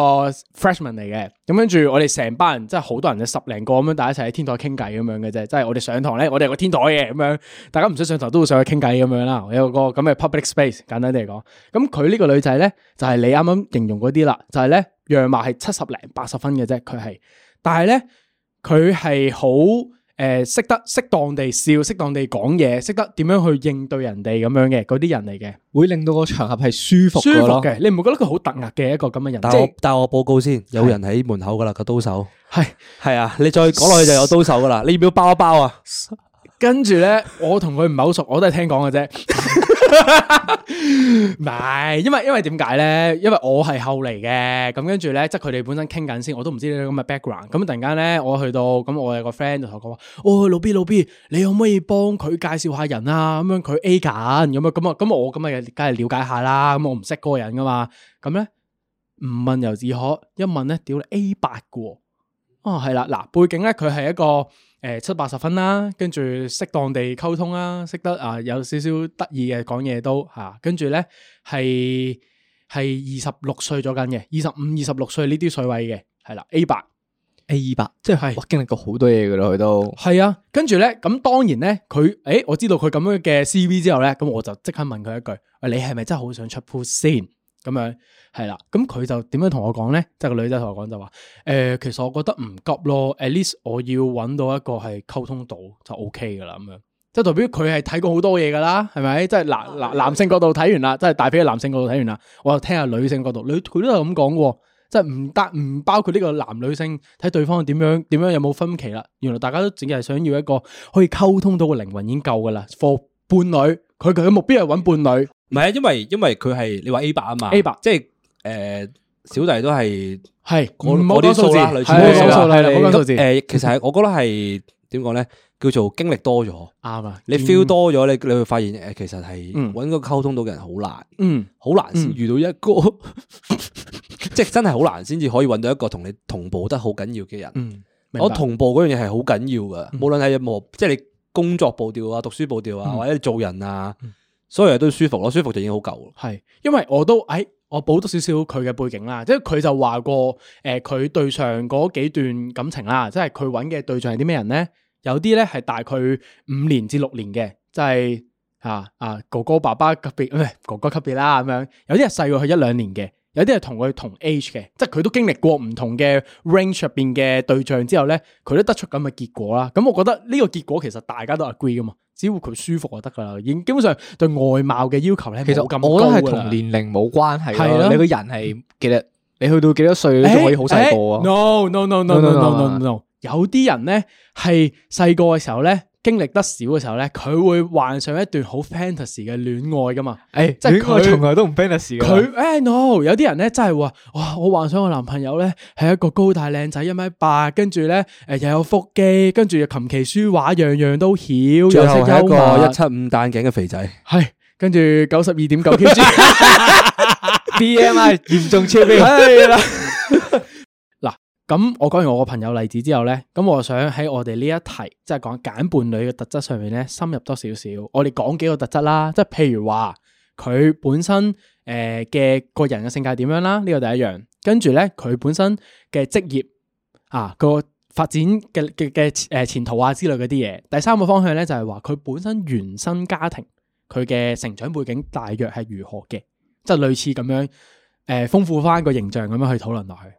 B: freshman 嚟嘅，咁跟住我哋成班人，即係好多人，十零個咁樣，大家一齊喺天台傾偈咁樣嘅啫，即係我哋上堂咧，我哋有個天台嘅咁樣，大家唔想上堂都會上去傾偈咁樣啦，有個咁嘅 public space，簡單啲嚟講，咁佢呢個女仔咧，就係、你啱啱形容嗰啲啦，就係咧樣貌係七十零八十分嘅啫，佢係，但係咧佢係好。誒識得適當地笑，適當地講嘢，識得點樣去應對人哋咁樣嘅嗰啲人嚟嘅，
C: 會令到個場合係舒服
B: 舒
C: 㗎
B: 服
C: 咯。
B: 嘅，你唔會覺得佢好突兀嘅一個咁嘅人，
A: 但
B: 即
A: 我
B: 係
A: 但我報告先，有人喺門口噶啦個刀手，
B: 係
A: 係啊，你再講落去就有刀手噶啦，你要唔要包一包啊？
B: 跟住咧，我同佢唔係好熟，我都係聽講嘅啫。 唔係，因為因為點解咧？因為我係後嚟嘅，咁跟住咧，即係佢哋本身傾緊先，我都唔知呢啲咁嘅 background。咁突然間咧，我去到咁，我有個 friend 就同我講話：，哦，老 B 老 B，你可唔可以幫佢介紹下人啊？咁樣佢 A 緊，咁樣咁啊，咁我咁啊，梗係了解下啦。咁我唔識嗰個人噶嘛，咁咧唔問由自可，一問咧，屌你 A 八嘅喎。哦，係啦，嗱，背景咧，佢係一個誒七八十分啦，跟住適當地溝通啦，識得啊有少少得意嘅講嘢都嚇，跟住咧係係二十六歲咗緊嘅，二十五、二十六歲呢啲水位嘅，係啦 A 八
C: A 八，即係哇經歷過好多嘢噶啦，佢都
B: 係啊，跟住咧咁當然咧佢誒我知道佢咁樣嘅 CV 之後咧，咁我就即刻問佢一句：喂，你係咪真係好想出 pool 先？咁樣係啦，咁佢就點樣同我講咧？即係個女仔同我講就話，誒、其實我覺得唔急咯，at least 我要揾到一個係溝通到就 OK 噶啦，咁樣即係代表佢係睇過好多嘢噶啦，係咪？即係男男男性角度睇完啦，即係大飛嘅男性角度睇完啦，我又聽下女性角度，女佢都係咁講喎，即係唔得唔包括呢個男女性睇對方點樣點樣有冇分歧啦。原來大家都淨係想要一個可以溝通到嘅靈魂已經夠噶啦，for 伴侶，佢佢嘅目標係揾伴侶。
A: 唔係啊，因為因為佢係你話 A 八啊嘛
B: A 八
A: 即係誒小弟都係
B: 系
A: 嗰
B: 唔好
A: 嗰啲
B: 講數
A: 數
B: 字，
A: 啦類似嗰
B: 係
A: 啲數啦
B: 數啦，係啦唔好講數字，啱
A: 誒，其實係我覺得係點講咧，叫做經歷多咗，
B: 啊！
A: 你
B: 見
A: feel 多咗，你你會發現誒，其實係
B: 嗯
A: 揾個溝通到嘅人好難，
B: 嗯
A: 好難先
B: 嗯
A: 遇到一個， 即係真係好難先至可以揾到一個同你同步得好緊要嘅人。
B: 嗯，明白嗯
A: 我同步嗰樣嘢係好緊要噶，無論係任何即係你工作步調啊、讀書步調啊，或者你做人啊，
B: 嗯
A: 所有嘢都舒服咯，舒服就已經好夠咯。
B: 係，因為我都诶，我補多少少佢嘅背景啦，即係佢就話過，诶、呃佢對上嗰幾段感情啦，即係佢揾嘅對象係啲咩人咧？有啲咧係大概五年至六年嘅，即係啊啊哥哥爸爸級別，唔、係哥哥級別啦咁樣。有啲係細過佢一兩年嘅，有啲係同佢同 age 嘅，即係佢都經歷過唔同嘅 range 入邊嘅對象之後咧，佢都得出咁嘅結果啦。咁我覺得呢個結果其實大家都 agree 噶嘛，只要佢舒服就得噶啦。已經基本上對外貌嘅要求咧，
C: 其實
B: 實咁
C: 我覺得係
B: 高㗎啦
C: 同年齡冇關係
B: 係
C: 咯，
B: 咯
C: 你個人係其實你去到幾多歲都仲可以好細個啊。
B: No no no no
C: No,
B: no
C: no,
B: no no
C: no.
B: no，有啲人咧係細個嘅時候咧，經歷得少嘅時候咧，佢會幻想一段好 fantasy 嘅戀愛噶嘛。
C: 誒，
B: 即係佢
C: 戀愛從來都唔 fantasy 㗎啦
B: 佢誒 no，有啲人咧真係話，哇！我幻想我男朋友咧係一個高大靚仔一米八，跟住咧誒又有腹肌，跟住又琴棋書畫樣樣都曉，又識
A: 最後係
B: 幽
A: 一個
B: 默
A: 一，七五戴眼鏡嘅肥仔。
B: 係跟住九十二點九 kg。
C: BMI 嚴重超
B: 啊
C: 標。
B: 咁我講完我個朋友例子之後咧，咁我想喺我哋呢一題，即係講揀伴侶嘅特質上面咧，深入多少少。我哋講幾個特質啦，即係譬如話佢本身誒嘅、個人嘅性格點樣啦，呢個第一樣。跟住咧，佢本身嘅職業啊個發展嘅嘅嘅誒前途啊之類嗰啲嘢。第三個方向咧就係話佢本身原生家庭佢嘅成長背景大約係如何嘅，即係類似咁樣誒、豐富翻個形象咁樣去討論落去。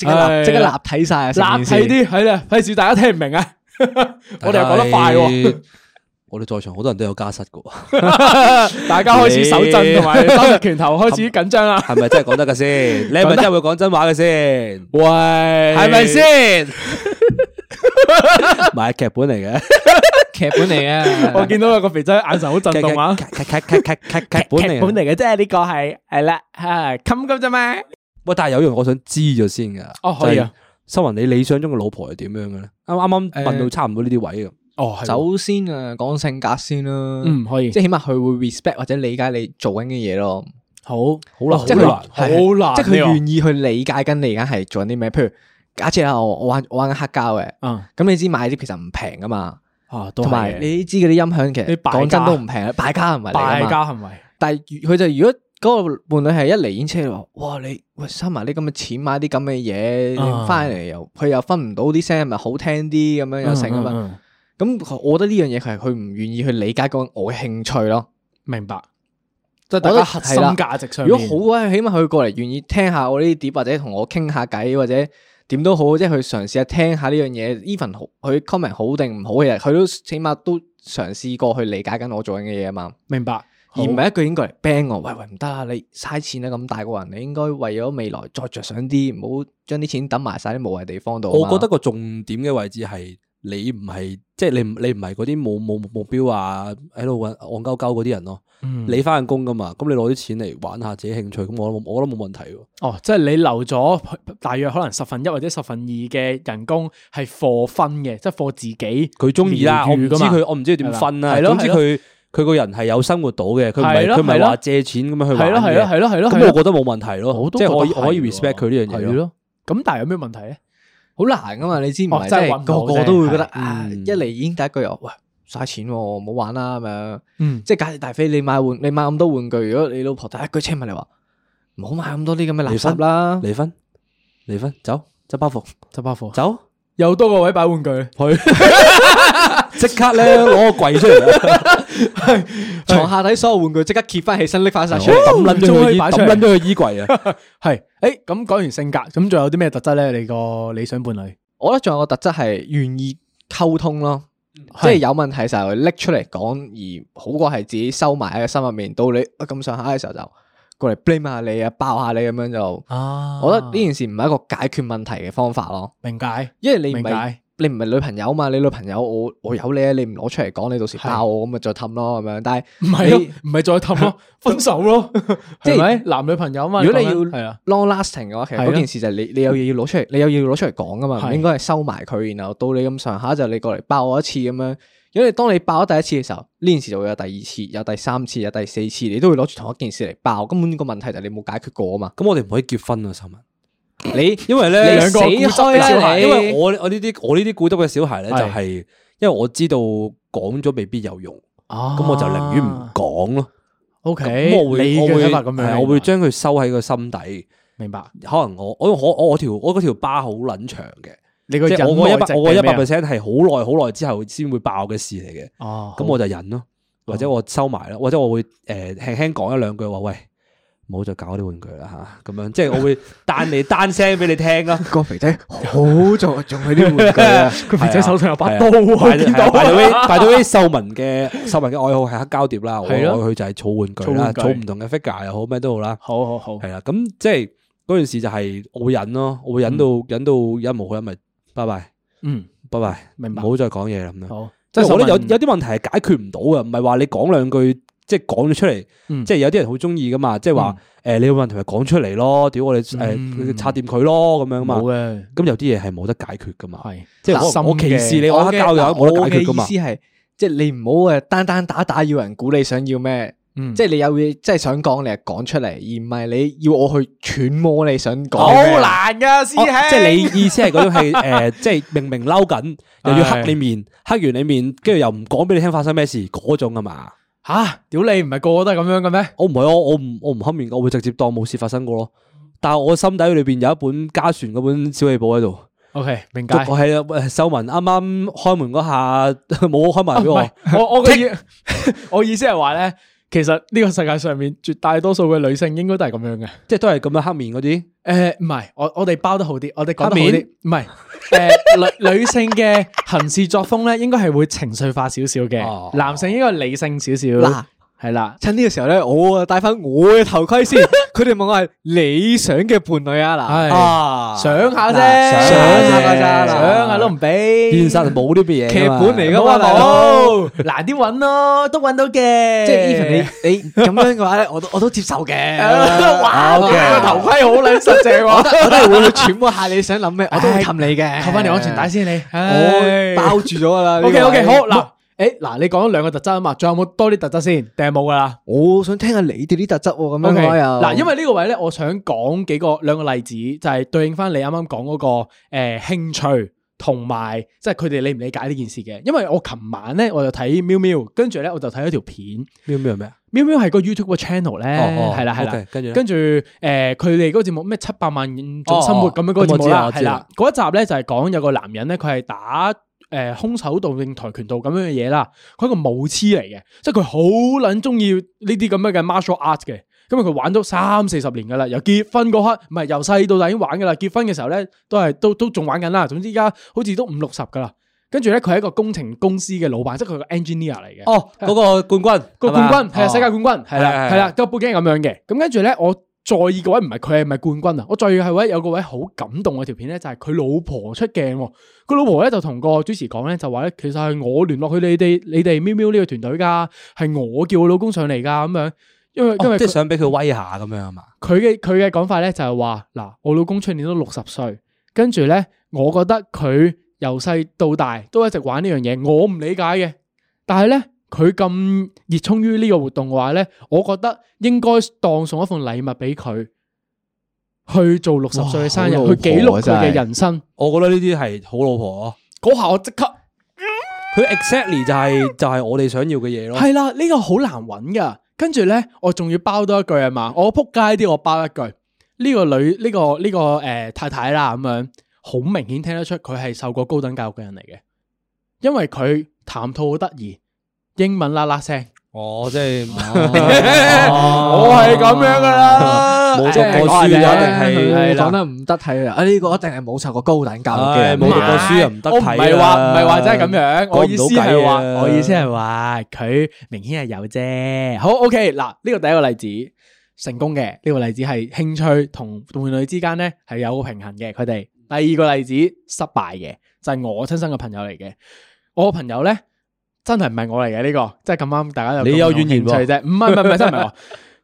C: 即刻
B: 係
C: 立即刻立體晒啊！成
B: 立
C: 件
B: 體
C: 事，
B: 啲，係啦，費事大家聽唔明啊！ 我哋又講得
A: 但
B: 快喎，
A: 係。我哋在場好多人都有家室噶，
B: 大家開始手震同埋手拳頭開始緊張啦。
A: 係咪真係講得嘅先？你係咪真係會講真話嘅先？
B: 喂，係
A: 係咪？先？ 唔係劇本嚟嘅，
C: 劇本嚟嘅。
B: 我見到有個肥仔眼神好 震動啊！
A: 劇劇劇劇劇劇劇本嚟
B: 劇
A: 嘅。
B: 本嚟嘅啫，呢個係係啦，嚇襟咁啫嘛。
A: 喂，但係有樣我想知咗先㗎。
B: 哦可以啊。
A: 收雲，你理想中嘅老婆係點樣嘅咧？啱啱啱問到差唔多呢啲位咁。
B: 哦，係喎
C: 首先啊，講性格先啦。
B: 嗯可以
C: 即係起碼佢會 respect 或者理解你做緊嘅嘢咯。
B: 好
A: 難
B: 好
C: 即係
B: 難，
C: 佢
B: 好
C: 係
B: 難，
C: 即係佢願意去理解緊你而家係做緊啲咩。譬如假設啦，我我玩我玩緊黑膠嘅，
B: 啊
C: 咁你知買啲其實唔平噶嘛，
B: 啊，同
C: 同
B: 埋
C: 埋
B: 你
C: 你知嗰啲音響其
B: 你
C: 實
B: 敗家
C: 講真都唔平，敗家行為嚟
B: 敗
C: 㗎
B: 家
C: 嘛。
B: 行為
C: 但係佢就如果嗰個伴侶係一嚟演車就話，哇你喂收埋啲咁嘅錢買啲咁
B: 啊
C: 嘅嘢，翻嚟又佢又分唔到啲聲咪好聽啲咁
B: 嗯
C: 樣又成啊嘛。
B: 嘛，
C: 咁我覺得呢樣嘢佢係佢唔願意去理解嗰個我嘅興趣咯。
B: 明白。即係
C: 覺
B: 大
C: 得
B: 家核心
C: 係啦
B: 價值上
C: 如
B: 面，
C: 果好嘅，起碼佢過嚟願意聽下我呢啲碟，或者同我傾下偈，或者點都好，即係佢嘗試下聽下呢樣嘢。even 好佢 comment 好定唔好嘅，佢都起碼都嘗試過去理解緊我做緊嘅嘢啊嘛。
B: 明白，
C: 而唔係一句已經過嚟 ban 我，喂喂唔得啊！你嘥錢啦，咁大個人，你應該為咗未來再着想啲，唔好將啲錢抌埋晒啲無謂地方度啊嘛。
A: 我覺得個重點嘅位置係你唔係即係你唔你唔係嗰啲冇冇冇目標啊，喺度搵戇鳩鳩嗰啲人咯。
B: 嗯
A: 你翻緊工噶嘛，咁你攞啲錢嚟玩下自己興趣，咁我諗我諗冇問題喎。
B: 哦，即係你留咗大約可能十分一或者十分二嘅人工係 for 分嘅，即係 for 自己。
A: 佢中意啦，
B: 療
A: 我唔
B: 愈
A: 知
B: 㗎嘛
A: 佢我唔知佢點分啦。
B: 係咯
A: 總之佢佢個人係有生活到嘅，佢唔
B: 係
A: 係
B: 咯
A: 佢唔係
B: 係
A: 話
B: 咯
A: 借錢咁樣去
B: 係
A: 玩
B: 咯係咯
A: 嘅。
B: 係咯係咯，
A: 咁我覺得冇問題咯，
B: 我都
A: 即係
B: 覺得
A: 我可以
B: 係
A: 我可以
B: 喎
A: respect 佢呢樣嘢
B: 係
A: 咯。
B: 咯。咁但係有咩問題咧？
C: 好難噶嘛，你知唔
B: 哦
C: 係？即
B: 真係
C: 係
B: 搵唔到
C: 個個
B: 啫
C: 都會覺得
B: 係
C: 啊，
A: 嗯
C: 一嚟已經第一句又喂嘥錢喎，唔好玩啦咁樣。
B: 嗯，
C: 即係假設大飛你買玩，你買咁多玩具，如果你老婆第一句車埋你話唔好買咁多啲咁嘅垃圾啦，
A: 離婚離婚走執包袱
B: 執包貨
A: 走，
B: 又多個位擺玩具，
A: 即刻咧攞個櫃出嚟，啊
C: 床下底所有玩具即刻揭翻起身拎翻晒出嚟。
A: 哦抌撚咗佢
B: 終
A: 衣
B: 於擺出嚟
A: 抌撚咗佢衣櫃啊！
B: 係誒咁講完性格，咁仲有啲咩特質咧？你個理想伴侶
C: 我覺得仲有個特質係願意溝通咯，
B: 嗯
C: 即係有問題時候拎出嚟講，而好過係自己收埋喺個心入面。到你啊咁上下嘅時候就過嚟 blame 下你啊，爆下你咁樣就。
B: 啊
C: 我覺得呢件事唔係一個解決問題嘅方法咯，
B: 明解，
C: 因為你唔
B: 明
C: 係
B: 解
C: 你唔係女朋友嘛，你女朋友我我有你啊，你唔攞出嚟講，你到時
B: 係
C: 爆我咁咪再氹咯咁樣。但係
B: 唔係
C: 你
B: 咯，唔係再氹咯，分 手咯，即
C: 即係
B: 係咪男女朋友嘛？
C: 如果你要
B: 係啊，
C: long lasting 嘅話，其實
B: 係
C: 嗰
B: 咯
C: 件事就係你你有嘢要攞出嚟，你有嘢要攞出嚟講噶嘛，唔
B: 係
C: 應該係收埋佢，然後到你咁上下就你過嚟爆我一次咁樣。因為當你爆咗第一次嘅時候，呢件事就會有第二次、有第三次、有第四次，你都會攞住同一件事嚟爆。根本個問題就係你冇解決過啊嘛。
A: 咁我哋唔可以結婚啊，秀文。
C: 你
A: 因為
C: 你
A: 咧，
C: 兩個
A: 死
C: 固執
A: 開
C: 嘅小
A: 啦
C: 孩
A: 你因為我我呢啲我呢啲古董嘅小孩咧，就
B: 係
A: 係因為我知道講咗未必有用，咁
B: 咁
A: 我就寧願唔講咯。
B: O K，
A: 咁我會
B: 你
A: 我
B: 嘅
A: 會
B: 睇法咁
A: 係啊
B: 樣，
A: 我會將佢收喺個心底。
B: 明白
A: 可能我我我我我條我嗰條疤好撚長嘅，
B: 你個
A: 即係
B: 忍
A: 我嗰一
B: 耐值
A: 百我嗰一
B: 係
A: 百
B: 咩啊
A: percent 係好耐好耐之後先會爆嘅事嚟嘅。
B: 哦，
A: 咁我就忍咯，或者我收埋咯，或者我會诶輕輕講一兩句話，喂，唔好再搞啲玩具啦吓，咁樣即係我會 彈你單聲俾你聽咯。
C: 個肥仔好仲仲係啲玩具啊！
B: 佢肥仔手上有把刀
A: 係
B: 啊，
A: 啊
B: 見
A: 係啊
B: 到
A: by the way- by the way，秀文嘅 秀文嘅愛好係黑膠碟啦，我
B: 係咯
A: 我佢就係儲玩具
B: 儲
A: 啦，
B: 玩具
A: 儲唔同嘅 figure 又好咩都好啦，
B: 好好好，
A: 係啦，咁即係嗰件事就係我會忍咯，我會忍到忍到忍無可忍咪拜拜
B: 嗯，
A: 拜拜，
B: 明白
A: 唔好再講嘢啦咁樣。
B: 好，
A: 即係我覺得有
B: 想問
A: 有啲問題係解決唔到嘅，唔係話你講兩句即係講咗出嚟，
B: 嗯
A: 即係有啲人好中意噶嘛，即係話誒你有問題咪講出嚟咯，屌我哋誒
B: 嗯
A: 拆掂佢咯咁樣嘛
B: 冇。嘅，
A: 咁有啲嘢係冇得解決噶嘛，
B: 係
A: 即係
B: 心
A: 我我歧視
B: 嘅
A: 你玩黑膠嘅，冇得解決噶嘛
C: 我嘅。意思係即係你唔好誒單單打打要人估你想要咩。
B: 嗯
C: 即係你有嘢，即係想講，你係講出嚟，而唔係你要我去揣摩你想講。
B: 好，難噶，師
A: 哦即係
B: 兄，
A: 你意思係嗰種 係誒，即係明明嬲緊，又要黑
B: 係
A: 你面，黑完你面，跟住又唔講俾你聽發生咩事嗰種啊嘛。
B: 吓，屌你唔係個個都係咁樣嘅咩？
A: 我唔係我我唔我唔黑面，我會直接當冇事發生過咯。但係我心底裏邊有一本家傳嗰本小氣簿喺度。
B: OK，明解。
A: 我係啊喂，秀文啱啱開門嗰下 冇開埋俾
B: 哦唔
A: 我
B: 係，，我我嘅意，我意思係話咧，其實呢個世界上面絕大多數嘅女性應該都係咁樣嘅。
A: 即係都係咁樣黑面嗰啲。
B: 诶，唔係，我我哋包得好啲，我哋講得好
A: 黑
B: 啲
A: 面，
B: 唔係诶女女性嘅行事作風咧，應該係會情緒化少少
A: 哦
B: 嘅，男性應該係理性少少。
C: 嗱，
B: 係啦，
C: 趁呢個時候咧，我啊戴翻我嘅頭盔 先。佢哋問我係理想嘅伴侶啊，
B: 係
C: 嗱啊，
B: 想下啫，
C: 嗱想下㗎咋，
B: 想下都唔俾。
A: 現實冇呢啲嘢
C: 劇
A: 㗎嘛，
C: 本嚟
B: 啊
C: 噶嘛，大佬。
B: 冇，難啲揾咯，都揾到嘅。
C: 即係 even 你你咁樣嘅話咧，我都我都接受 嘅。啊
B: 哇，
C: OK
B: 個頭盔好撚實正
C: 我
B: 喎
C: 都， 我都係會去揣摩下你想諗咩，我都會氹你嘅。
B: 扣翻條安全帶，先你。
C: 我
B: 唉
C: 包住咗噶啦。呢
B: O K
C: 個
B: O
C: 位
B: K，好嗱，诶嗱，你講咗兩個特質啊嘛，仲有冇多啲特質先？定係冇噶啦
C: 我想聽下你哋啲特質喎，咁
B: ？O
C: 樣
B: K，
C: 嘅話又
B: 嗱，因為呢個位咧，我想講幾個兩個例子，就係對應翻你啱啱講嗰個诶兴趣。同埋，即係佢哋理唔理解呢件事嘅？因為我琴晚咧，我就睇喵喵，跟住咧我就睇咗條片，
A: 咩咩咩啊？
B: 喵喵係個 YouTube 嘅 channel 咧，
A: 哦哦
B: 係啦係
A: OK，
B: 啦，
A: 跟住呢
B: 跟住誒佢哋嗰個節目咩七百萬種生活咁樣嗰個
A: 哦咁我
B: 節目
A: 知啦啊我
B: 啦，
A: 知
B: 係啦
A: 啦，
B: 嗰一集咧就係講有個男人咧，佢係打誒空手道定跆拳道咁樣嘅嘢啦，佢係一個武痴嚟嘅，即係佢好撚中意呢啲咁樣嘅 martial art 嘅。咁啊佢玩咗三四十年噶啦，由結婚嗰刻，唔係由細到大已經玩噶啦。結婚嘅時候咧，都係都都仲玩緊啦。總之依家好似都五六十噶啦。跟住咧，佢係一個工程公司嘅老闆，即係佢個 engineer 嚟嘅。
A: 哦，嗰個冠軍，
B: 個
A: 係嘛
B: 冠軍係啊
A: 哦
B: 世界冠軍係
A: 係係
B: 啦係啦，個背景係咁樣嘅。咁跟住咧，我在意嘅位唔係佢係咪冠軍啊，我在意係位有個位好感動嘅條片咧，就係佢老婆出鏡喎。佢老婆咧就同個主持講咧，就話咧其實係我聯絡佢你哋你哋喵喵呢個團隊㗎，係我叫我老公上嚟㗎咁樣，因為因為
A: 哦即係
B: 佢
A: 想俾佢威下咁樣啊嘛。
B: 佢嘅佢嘅講法咧就係話嗱，我老公出年都六十歲，跟住咧我覺得佢由細到大都一直玩呢樣嘢，我唔理解嘅，但係咧。佢咁熱衷於呢個活動嘅話咧，我覺得應該當送一份禮物俾佢，去做六十歲嘅生日，
C: 哇好老
B: 去記錄
C: 婆
B: 佢
C: 真
B: 嘅
C: 係
B: 人生。
A: 我覺得呢啲係好老婆咯，
B: 嗰下我即刻
A: 佢 exactly 就係、就係我哋想要嘅嘢咯。
B: 系啦，呢、個好難揾噶。跟住咧，我仲要包多一句啊嘛，我扑街啲我包一句。呢、個女呢、個呢、個个呃太太啦咁樣，好明顯聽得出佢係受過高等教育嘅人嚟嘅，因為佢談吐好得意，英文啦啦聲，
A: 哦，即係
B: 我係咁樣噶
A: 哦
B: 啦，
A: 冇
B: 即係
A: 讀過書
B: 講
A: 就一
B: 下
A: 定
B: 啫
A: 係
B: 係
C: 佢
B: 啦
C: 講得唔得體啊！啊呢個一定係冇受過高等教育嘅
A: 唉
C: 人，
A: 冇讀過書又唔得睇
B: 我唔
A: 啊
B: 係話唔係話真係咁樣，
A: 過唔到
B: 我意思係
A: 計
B: 話，
A: 啊
B: 我意思係話佢明顯係有啫。好 OK，嗱呢個第一個例子成功嘅，呢個例子係興趣同伴侶之間咧係有個平衡嘅，佢哋。第二個例子失敗嘅就係我親生嘅朋友嚟嘅，我個朋友咧真係唔係我嚟嘅呢個，真係咁啱大家有
A: 你
B: 咁
A: 有
B: 樣
A: 怨言
B: 興
A: 喎
B: 趣啫，唔係唔係唔係真係唔係我。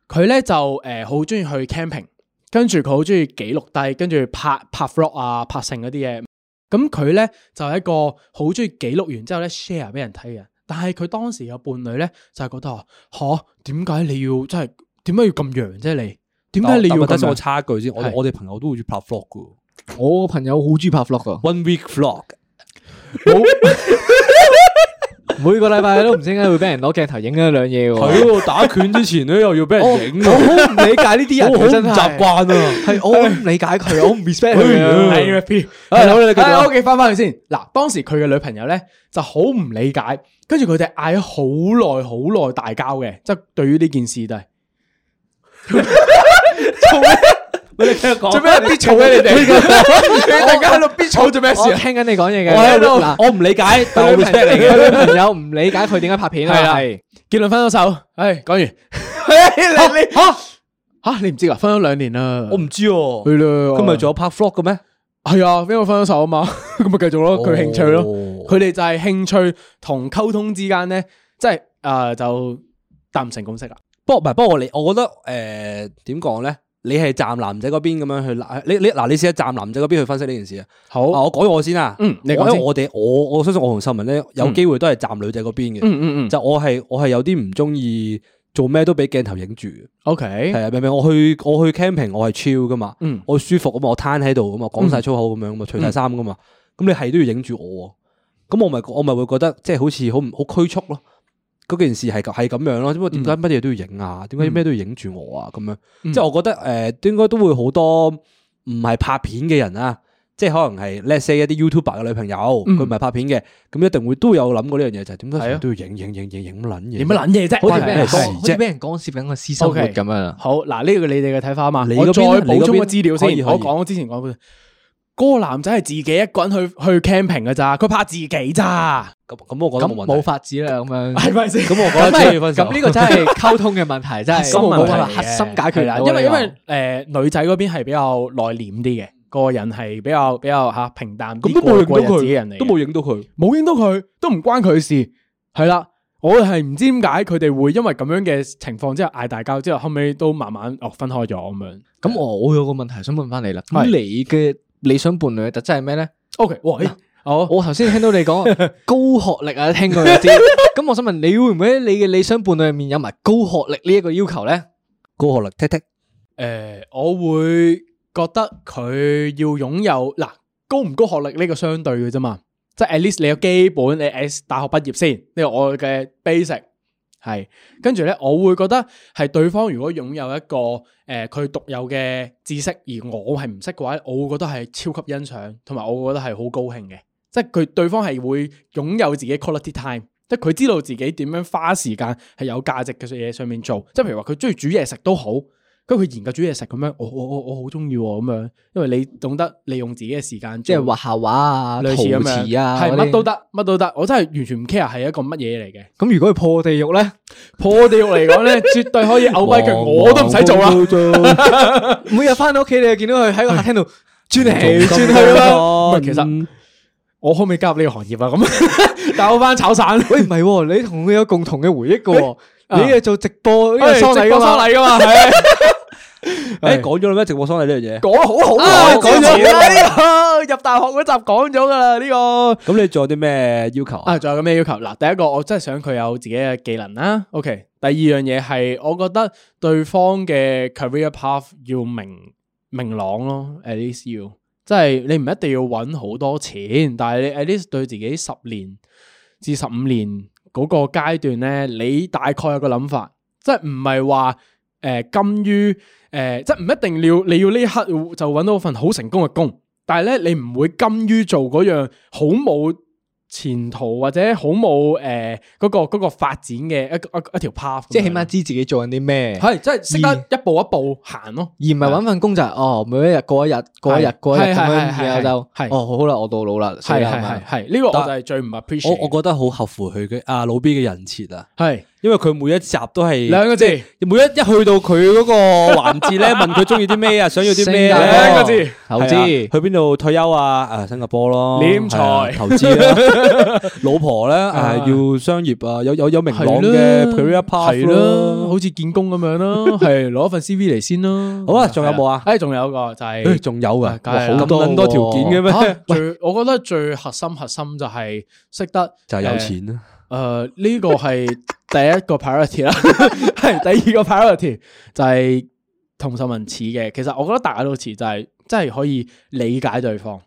B: 佢咧就誒好中意去 camping，跟住佢好中意記錄低，跟住拍拍 vlog 啊、拍成嗰啲嘢。咁佢咧就係、一個好中意記錄完之後咧 share 俾人睇嘅人。但係佢當時嘅伴侶咧就係、覺得話吓點解你要真係點解要咁揚啫你？點解你要
A: 等
B: 咁
A: 先我
B: 樣？
A: 插一句先，我
B: 係
A: 我哋朋友都會拍 vlog 噶
C: 我個朋友好中意拍 vlog 噶，
A: ，one week vlog。
C: 每個禮拜都唔知點解會俾人攞鏡頭影一兩嘢喎。
A: 喺度打拳之前咧，又要俾
B: 哦
A: 人影
C: 我
A: 喎，
C: 好唔理解呢啲人，
A: 我好唔
C: 真係
A: 習慣啊。
C: 係我好唔理解佢，我唔 respect 佢啊。
B: 係 rap，
C: 係好你繼續啊
B: O K，翻翻去先。嗱，當時佢嘅女朋友咧就好唔理解，跟住佢哋嗌咗好耐好耐大交嘅，即係對於呢件事就係
A: 喂，你聽我講
B: 做咩必吵嘅你哋？你大家喺度必吵做咩事
C: 我
B: 啊？
C: 聽緊你講嘢嘅，
A: 我喺度
C: 嗱，
A: 我唔理解，但
C: 佢
A: 我
C: 女
A: respect 你嘅。
C: 佢女朋友唔理解佢點解拍片
B: 係啦
C: 啊？係
B: 結論分咗手，唉，講完。你你吓吓你唔知啊？分咗兩年啦，
A: 我唔知喎，
B: 去啦。
A: 佢咪仲有拍 vlog 嘅咩？
B: 系啊，因為分咗手啊嘛，咁咪繼續咯，佢興趣咯，
A: 哦
B: 佢哋就係興趣同溝通之間咧，即係诶、呃就達唔成共識啦。
A: 不過唔係，不過我你，我覺得诶點講咧？你係站男仔嗰邊咁樣去拉，你你嗱，你試下站男仔嗰邊去分析呢件事啊。
B: 好，
A: 啊，我講我先啊。
B: 嗯你講
A: 我因為
B: 先嗯
A: 我哋我我相信我同秀文咧有機會都係站女仔嗰邊嘅。
B: 嗯嗯嗯
A: 就我係我係有啲唔中意做咩都俾鏡頭影住嘅。
B: ，OK，
A: 係啊，明明我去我去 camping，我係 chill 噶嘛，
B: 嗯
A: 我舒服噶嘛，我攤喺度噶嘛，講晒粗口咁樣噶嘛，除晒衫噶嘛，咁你係都要影住我喎，咁我咪我咪會覺得即係好似好唔好拘束咯。嗰件事係咁係咁樣咯，因為點解乜嘢都要影啊？點解咩都要影住我啊？咁樣，即係我覺得誒、呃，應該都會好多唔係拍片嘅人啊，即係可能係 let's say 一啲 YouTuber 嘅女朋友，佢唔係拍片嘅，咁一定會都有諗過呢樣嘢，就係點解成日都要影影影影影乜撚嘢？
B: 你乜撚嘢啫？
A: 好似
C: 好
B: 關
C: 似
B: 你
C: 俾
B: 咩
A: 係
C: 人講
B: 事
C: 好似俾人干涉緊個私生活
B: OK
C: 咁樣啊。
B: 好嗱，呢個你哋嘅睇法啊嘛，
A: 你
B: 我
A: 嗰
B: 再
A: 邊
B: 補充
A: 你
B: 個
A: 嗰邊
B: 資料
A: 可以
B: 先。
A: 可以
B: 我講我之前講嗰嗰個男仔係自己一個人去去 camping 噶咋，佢怕自己咋，
A: 咁咁，我覺得
C: 咁
A: 冇問題
C: 冇法子啦，咁 樣。
B: 係咪先？
A: 咁我覺得
C: 咁咪
A: 需要分手。
C: 咁呢個真係溝通嘅問題，真係
B: 心
C: 冇
B: 問題
C: 辦法
B: 嘅
C: 核心解決
B: 係啦，
C: 啦。
B: 因為因為诶女仔嗰邊係比較內斂啲嘅，個人係比較比較吓平淡啲
A: 咁都冇影
B: 過
A: 到
B: 過日子嘅人嚟
A: 佢，
B: 嘅，
A: 都冇影到佢。
B: 冇影到佢，都唔關佢事，係啦。我係唔知點解佢哋會因為咁樣嘅情況之下嗌大交，之後後尾都慢慢哦分開咗咁樣。
C: 咁我我有個問題想問翻你啦，咁
B: 係
C: 你嘅理想伴侶嘅特質係咩咧？
B: OK，哇，咦好，
C: 我頭先聽到你講 高學歷啊，聽過有 啲。咁我想問你會唔會喺你嘅理想伴侶入面有埋高學歷呢一個要求咧？
A: 高學歷踢踢，
B: 诶、我會覺得佢要擁有嗱高唔高學歷呢個相對嘅啫嘛，即係 at least 你有基本你 S 大學畢業先，呢個我嘅 basic 係，跟住咧我會覺得係對方如果擁有一個诶佢獨有嘅知識，而我係唔識嘅話，我會覺得係超級欣賞，同埋我會覺得係好高興嘅，即係佢對方係會擁有自己 quality time。即係佢知道自己點樣花時間係有價值嘅嘢上面做，即係譬如話佢中意煮嘢食都好，跟住佢研究煮嘢食咁樣，我我我我好中意喎咁樣，因為你懂得利用自己嘅時間，
C: 即系画下画啊、陶
B: 類似咁樣
C: 瓷啊，
B: 係
C: 嗰啲
B: 乜都。得，乜都得，我真係完全唔 care 係一個乜嘢嚟 嘅。
C: 咁如果佢破地獄咧，
B: 破地獄嚟講咧， 絕對可以嘔跛腳，我都唔使做啦。啊
A: 啦，
C: 每日翻到屋企你就見到佢喺個客廳度 轉嚟轉
B: 轉
C: 去啊
B: 去
C: 啦。
B: 啦。啊唔係其實我可唔可以加入呢個行業啊？咁，但我翻炒散。
C: 喂，唔係喎，你同佢有共同嘅回憶嘅喎，
B: 啊
C: 你係做直播呢個
B: 哎
C: 喪禮㗎
B: 直播
C: 嘛
B: 喪？
C: 哎
B: 禮噶嘛，係啊
A: 诶，讲哎咗啦咩？直播喪禮呢樣嘢，
B: 講好好
C: 啊
B: 耐，
C: 講咗
B: 啦，入大學嗰集講咗噶啦呢個。
A: 咁你仲有啲咩要求啊？
B: 啊，仲有個咩要求？嗱，第一個我真係想佢有自己嘅技能啦。OK，第二樣嘢係我覺得對方嘅 career path 要明明朗咯，at least 要，即係你唔一定要揾好多錢，但係你 at least 對自己十年至十五年嗰個階段咧，你大概有個諗法，即係唔係話誒甘於誒、呃即係唔一定要你要呢一刻就揾到份好成功嘅工，但係咧你唔會甘於做嗰樣好冇。前途或者好冇誒嗰個嗰、個發展嘅一個一個一條 path，
C: 即係起碼知自己做緊啲咩，而
B: 係即係識得一步一步行咯。
C: 唔係揾份工就係哦，每一日過一日，過一日
B: 係
C: 過一日
B: 係係
C: 咁樣，
B: 係
C: 然後就
B: 係
C: 哦好啦，我到老啦，死
B: 係
C: 啦
B: 係
C: 咁樣
B: 係啊係，呢個我就
A: 但
B: 係最唔 appreciate
A: 我
B: 嘅。
A: 我覺得好合乎佢嘅啊老 B 嘅人設啊，
B: 係
A: 因為佢每一集都係
B: 兩個字
A: 即係每一一去到佢嗰個環節 咧，問佢中意啲咩啊，想要啲咩
C: 性格
A: 啊
C: 啊
B: 兩個字
C: 投
A: 係啊
C: 資
A: 去邊度退休啊？啊，新加坡咯，
B: 斂財
A: 係啊投資啦， 老婆咧啊，要商業啊，有有有明朗嘅 career path
B: 係啦，
A: 咯
B: 好。似見工咁樣啦，係攞份 CV 嚟先啦。
A: 好啊仲有冇 啊
B: 誒，仲有個就
A: 誒
B: 係
A: 仲有噶，
B: 梗係啦
A: 哇咁撚多條件嘅咩
B: 啊？最我覺得最核心核心就係識得
A: 就係有錢啦。
B: 誒呃呢個係第一個 priority 啦， 係第二個 priority 就係同秀文似嘅。其實我覺得大家都似，就係真係可以理解對方，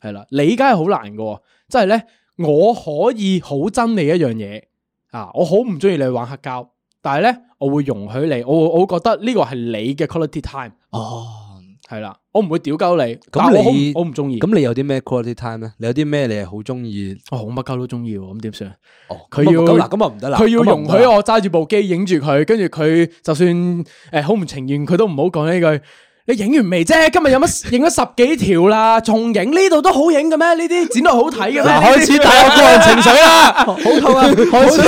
B: 係啦，理解係好難嘅喎，即係咧我可以好憎你一樣嘢啊，我好唔中意你玩黑膠，但係咧我會容許你，我會我會覺得呢個係你嘅 quality time，
C: 哦，
B: 係啦，我唔會屌鳩你，但我
A: 咁
B: 好唔
A: 你
B: 我唔中意，咁
A: 咁你有啲咩 quality time 咧？你有啲咩你係好中意？
B: 哦我乜鳩都中意喎，咁點算？
A: 哦，
B: 佢
A: 咁啊
B: 要
A: 咁嗱，咁啊唔得啦，
B: 佢要容
A: 咁啊唔得
B: 許
A: 啦
B: 我揸住部機影住佢，跟住佢就算诶好唔情願，佢都唔好講呢句。你影完未啫？今日有乜影咗十幾條啦，仲影呢度都好影嘅咩？呢啲剪到好睇嘅咩？
A: 嗱開始帶我個人情緒啦，好痛啊！開始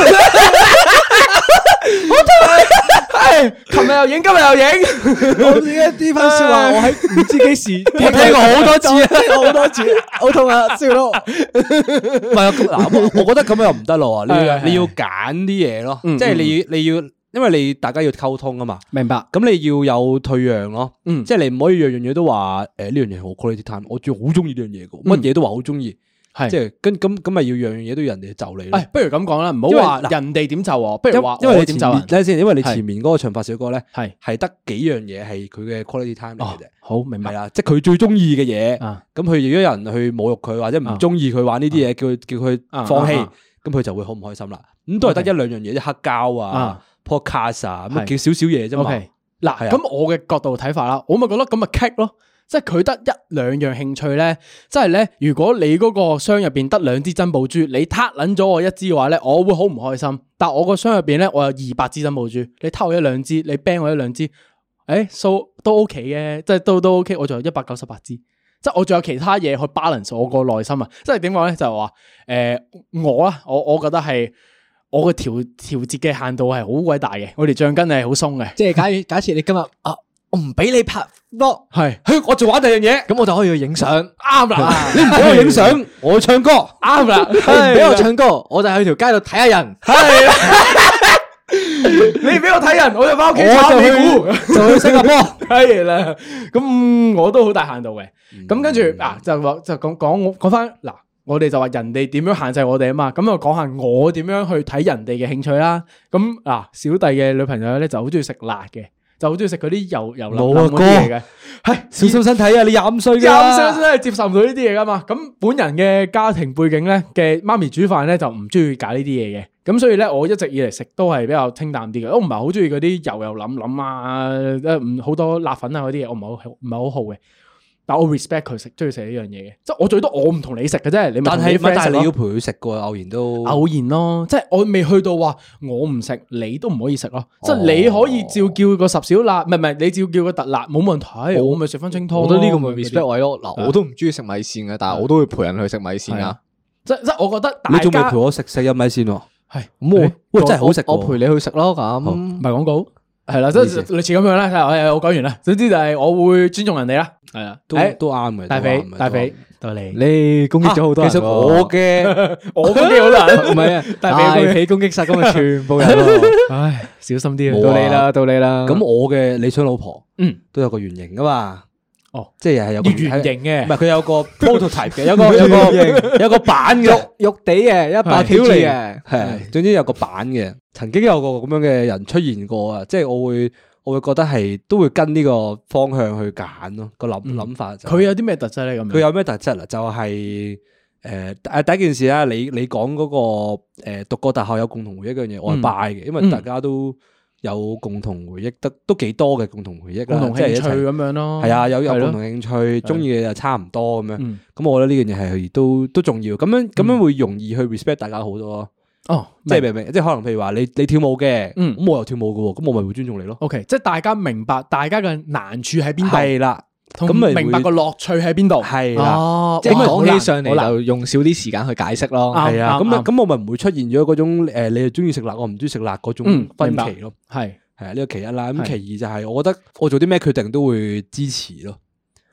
B: 唉哎琴日又影，今日又影，
C: 我點解呢番説 話我喺唔知幾時聽
A: 聽過好多次啊
C: 過好多次，好痛啊，笑到我
A: 唔係啊，咁嗱，我我覺得咁樣又唔得咯，你要
B: 係係
A: 你要揀啲嘢咯，即係你要你要，因為你大家要溝通啊嘛，
B: 明白？
A: 咁你要有退讓咯，
B: 嗯
A: 即係你唔可以樣樣嘢都話誒呢樣嘢好 quality time，我仲好中意呢樣嘢嘅，乜嘢都話好中意，
B: 嗯係
A: 即係跟咁咁咪要樣樣嘢都要人哋就你咯
B: 唉，。哎不如咁講啦，唔
A: 因為
B: 好話
A: 嗱
B: 人哋點就我，不
A: 因
B: 如話
A: 因為
B: 我
A: 你前
B: 點就
A: 面
B: 人
A: 睇。下先，因為你
B: 係
A: 前面嗰個長髮小哥咧，
B: 係
A: 係得幾樣嘢係佢嘅 quality time 嚟嘅啫。
B: 好明
A: 係
B: 白
A: 啦，即係佢最中意嘅嘢，
B: 啊
A: 咁佢如果有人去侮辱佢或者唔中意佢玩呢啲嘢，叫佢叫
B: 啊
A: 佢放
B: 啊
A: 棄
B: 啊，
A: 咁佢就會好唔開心啦。咁都係得
B: OK
A: 一兩樣嘢，即係黑膠啊
B: 啊、
A: podcast 啊，咁
B: 係
A: 叫少少嘢啫嘛
B: ，OK。。嗱，
A: 係啊
B: 咁我嘅角度睇法啦，我咪覺得咁咪棘咯，即係佢得一兩樣興趣咧，即係咧，如果你嗰個箱入邊得兩支珍寶珠，你撻撚咗我一支嘅話咧，我會好唔開心。但我個箱入邊咧，我有二百支珍寶珠，你偷我一兩支，你 ban 我一兩支，誒、so 都 OK 嘅，即係都都 OK，我仲有一百九十八支。即係我仲有其他嘢去 balance 我個內心啊！即係點講咧？就係話誒我啦，我我覺得係我個調調節嘅限度係好鬼大嘅，我條橡筋係好鬆嘅，
C: 即係假如假設你今日啊，我唔俾你拍 vlog，
B: 係。
A: 嘿我做玩第二樣嘢，
C: 咁我就可以去影相。
B: 啱啦，
A: 你唔俾我影相，我唱歌。
B: 啱啦，
C: 你唔俾我
B: 唱，
C: 唱歌，我就去條街度睇下人。
B: 你俾我睇人，我就翻屋企
A: 我
B: 炒
A: 就
B: 你
A: 去
B: 股，
A: 就去新加 坡，
B: 係啦，咁我都好大限度嘅。咁跟住嗱，就話就講講我講翻嗱，我哋就話人哋點樣限制我哋啊嘛，咁就講下我點樣去睇人哋嘅興趣啦。咁嗱，小弟嘅女朋友咧就好中意食辣嘅，就好中意食嗰啲油油淋淋
A: 冇啊
B: 嗰啲嘢嘅，係
A: 小心身體啊！你廿五歲㗎
B: 廿五歲
A: 啦，
B: 真係接受唔到呢啲嘢噶嘛。咁本人嘅家庭背景咧嘅媽咪煮飯咧就唔中意搞呢啲嘢嘅。咁所以咧，我一直以嚟食都係比較清淡啲嘅，我唔係好中意嗰啲油油冧冧啊，誒唔好多辣粉啊嗰啲嘢，我唔係好唔係好好嘅。但我 respect 佢食中意食呢樣嘢嘅，即係我最多我唔同你食嘅啫，你咪
A: 但
B: 同
A: 系
B: 你 friend
A: 但
B: 食
A: 系
B: 咯
A: 你要陪佢食噶，偶然都
B: 偶然咯，即係我未去到話我唔食，你都唔可以食咯。即係你可以照叫個十小辣，唔係唔係，你照叫個特辣冇問題，我咪食翻清湯咯。
C: 我覺得呢個咪
B: 嗰啲
C: respect 位咯。嗱，我都唔中意食米線嘅，但係我都會陪人去食米線
B: 係
C: 啊
B: 啊。即即係我覺得
A: 你
B: 大
A: 仲未陪
B: 家
A: 我食四一米先喎？
B: 係
C: 咁我
A: 喂真係好食
C: 我
A: 喎
C: 我陪你去食咯咁
B: 唔。係廣告，係啦，即係
A: 意思
B: 類似咁樣啦。係我講完啦，總之就係我會尊重人哋啦。係啦，
A: 啊都
B: 誒
A: 都啱嘅。
B: 大
A: 都
B: 肥
A: 啱嘅
B: 大肥
A: 都啱
B: 到你，
C: 你攻擊咗好多
A: 啊
C: 人喎。
A: 其實我嘅
B: 我嗰啲好難，
C: 唔係啊，
B: 大肥嗰
C: 大
B: 啲
C: 髀攻擊晒今日全部人喎。
B: 唉，小心啲啊
A: 冇
C: 到
A: 啊
C: 你啦，到你啦。
A: 咁我嘅理想老婆，
B: 嗯，
A: 都有個原型噶嘛。
B: 哦，
A: 即係係有個
B: 要圓形嘅
A: 唔係佢有個 prototype 嘅，有個有個有個版 嘅。
C: 肉地嘅一百 K
A: 係
C: 嚟嘅，
A: 系，總之有個版嘅，曾經有個咁樣嘅人出現過啊，即係我會我會覺得係都會跟呢個方向去揀咯，個
B: 嗯
A: 諗諗法就
B: 佢有啲咩特質咧？咁樣
A: 佢有咩特質啊？就係诶诶第一件事啦，你你讲嗰個诶读过大學有共同回憶嗰樣嘢，我係
B: 嗯
A: buy 嘅，因為
B: 嗯
A: 大家都有共同回憶，得都幾多嘅共同回憶
B: 共
A: 啦，
B: 同
A: 啊即係
B: 興
A: 一
B: 趣
A: 齊
B: 咁樣咯。
A: 係啊，有有
B: 係咯
A: 共同興趣，中意嘅又差唔多咁樣。
B: 嗯
A: 咁我覺得呢樣嘢係都都重要，咁樣咁樣會容易去 respect 大家好多咯。
B: 哦，
A: 即係明
B: 明
A: 唔明？即係可能譬如話你你跳舞嘅，
B: 嗯
A: 咁我又跳舞嘅喎，咁我咪會尊重你咯。
B: OK，即係大家明白大家嘅難處喺邊度，
A: 係啦，
B: 同
A: 咁咪會
B: 明白個樂趣喺邊度。
A: 係啦
B: 哦
C: 即係
B: 哇好
C: 講
B: 難
C: 起上
B: 好
C: 嚟
B: 難
C: 就用少啲時間去解釋咯。
B: 啱
A: 係啊，
B: 哦啱
A: 咁啊
B: 啱
A: 咁我咪唔會出現咗嗰種誒你係中意食辣，我唔中意食辣嗰種
B: 嗯
A: 分
B: 明白
A: 歧咯。
B: 係
A: 係啊，呢個其一啦。咁
B: 係
A: 其二就係我覺得我做啲咩決定都會支持咯，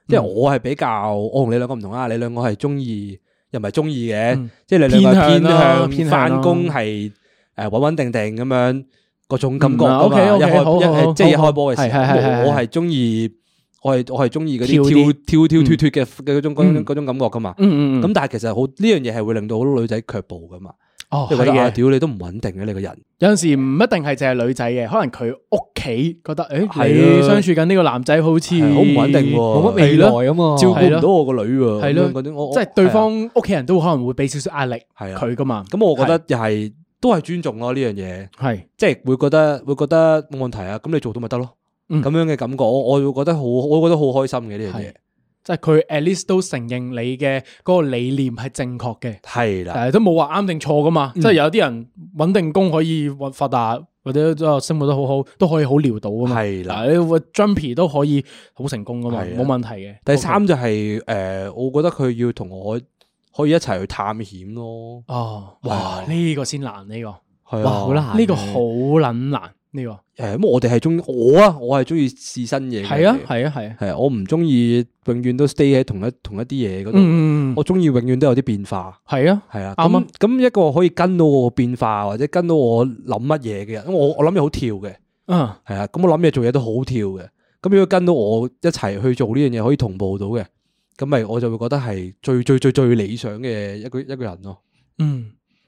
A: 因為
B: 嗯
A: 我係比較我同你兩個唔同啊，你兩個係中意又唔係中意嘅
B: 嗯，
A: 即係你兩個係
B: 偏向咯
A: 偏
B: 偏
A: 向
B: 向
A: 翻
B: 咯
A: 工係誒穩穩定定咁樣嗰種感覺
B: 嗯
A: 噶嘛，一
B: OK，OK，好好
A: 開
B: 好
A: 一即係一
B: 好好
A: 開波嘅時候，
B: 係係係係
A: 我
B: 係
A: 我係中意我係我係中意嗰啲
B: 跳
A: 跳
B: 啲
A: 跳跳脱脱嘅嘅嗰種嗰種
B: 嗯
A: 嗰種感覺噶嘛。
B: 嗯嗯
A: 咁
B: 咁
A: 但係其實好呢樣嘢係會令到好多女仔卻步噶嘛，
B: 哦
A: 即係
B: 係
A: 覺得啊
B: 嘅。
A: 屌你都唔穩定嘅你個人。
B: 有陣時唔一定係淨係女仔嘅，可能佢屋企覺得
A: 係
B: 誒
A: 啊
B: 你相處緊呢個男仔好似
A: 係好唔穩定喎
C: 冇乜未來啊嘛，
A: 照
B: 係
A: 顧唔
B: 咯
A: 到我個女喎，
B: 係
A: 咁樣
B: 咯
A: 嗰啲我我
B: 即係對方屋企人都可能會俾少少壓力
A: 係啊。
B: 佢噶嘛。
A: 咁我覺得又係都係尊重咯呢樣嘢，
B: 係
A: 即係會覺得會覺得冇問題啊，咁你做到咪得咯，
B: 嗯
A: 咁樣嘅感覺，我我會覺得好，我會覺得好開心嘅呢樣嘢
B: 係，即係佢 at least 都承認你嘅嗰個理念係正確嘅。
A: 係啊嗯啦，
B: 但係啊都冇話啱定錯噶嘛，即係有啲人穩定工可以揾發達，或者都生活得好好，都可以好潦倒噶嘛。
A: 係啦。
B: 嗱，你會 jumpy 都可以好成功噶嘛，
A: 係啊
B: 冇問題嘅。
A: 第三就係誒，我覺得佢要同我可以一齊去探險咯，
B: 哦，
A: 係啊
B: 哇，呢個先難呢個，
A: 係
C: 哇
A: 啊，
C: 好難
B: 呢個好撚難呢個。
A: 誒，咁我哋係中意我啊，我係中意試新嘢嘅，
B: 係啊，係啊，係啊。
A: 係啊，我唔中意永遠都 stay 喺同一同一啲嘢嗰度，
B: 嗯，嗯嗯
A: 我中意永遠都有啲變化。
B: 係啊，
A: 系啊，
B: 啱
A: 咁
B: 啊
A: 咁一個可以跟到我變化或者跟到我諗乜嘢嘅人，因為我我諗嘢好跳嘅，
B: 嗯，
A: 係啊，咁我諗嘢做嘢都好跳嘅，咁如果跟到我一齊去做呢樣嘢可以同步到嘅，咁咪我就會覺得係最最最最理想嘅一個一個人咯。
B: 嗯，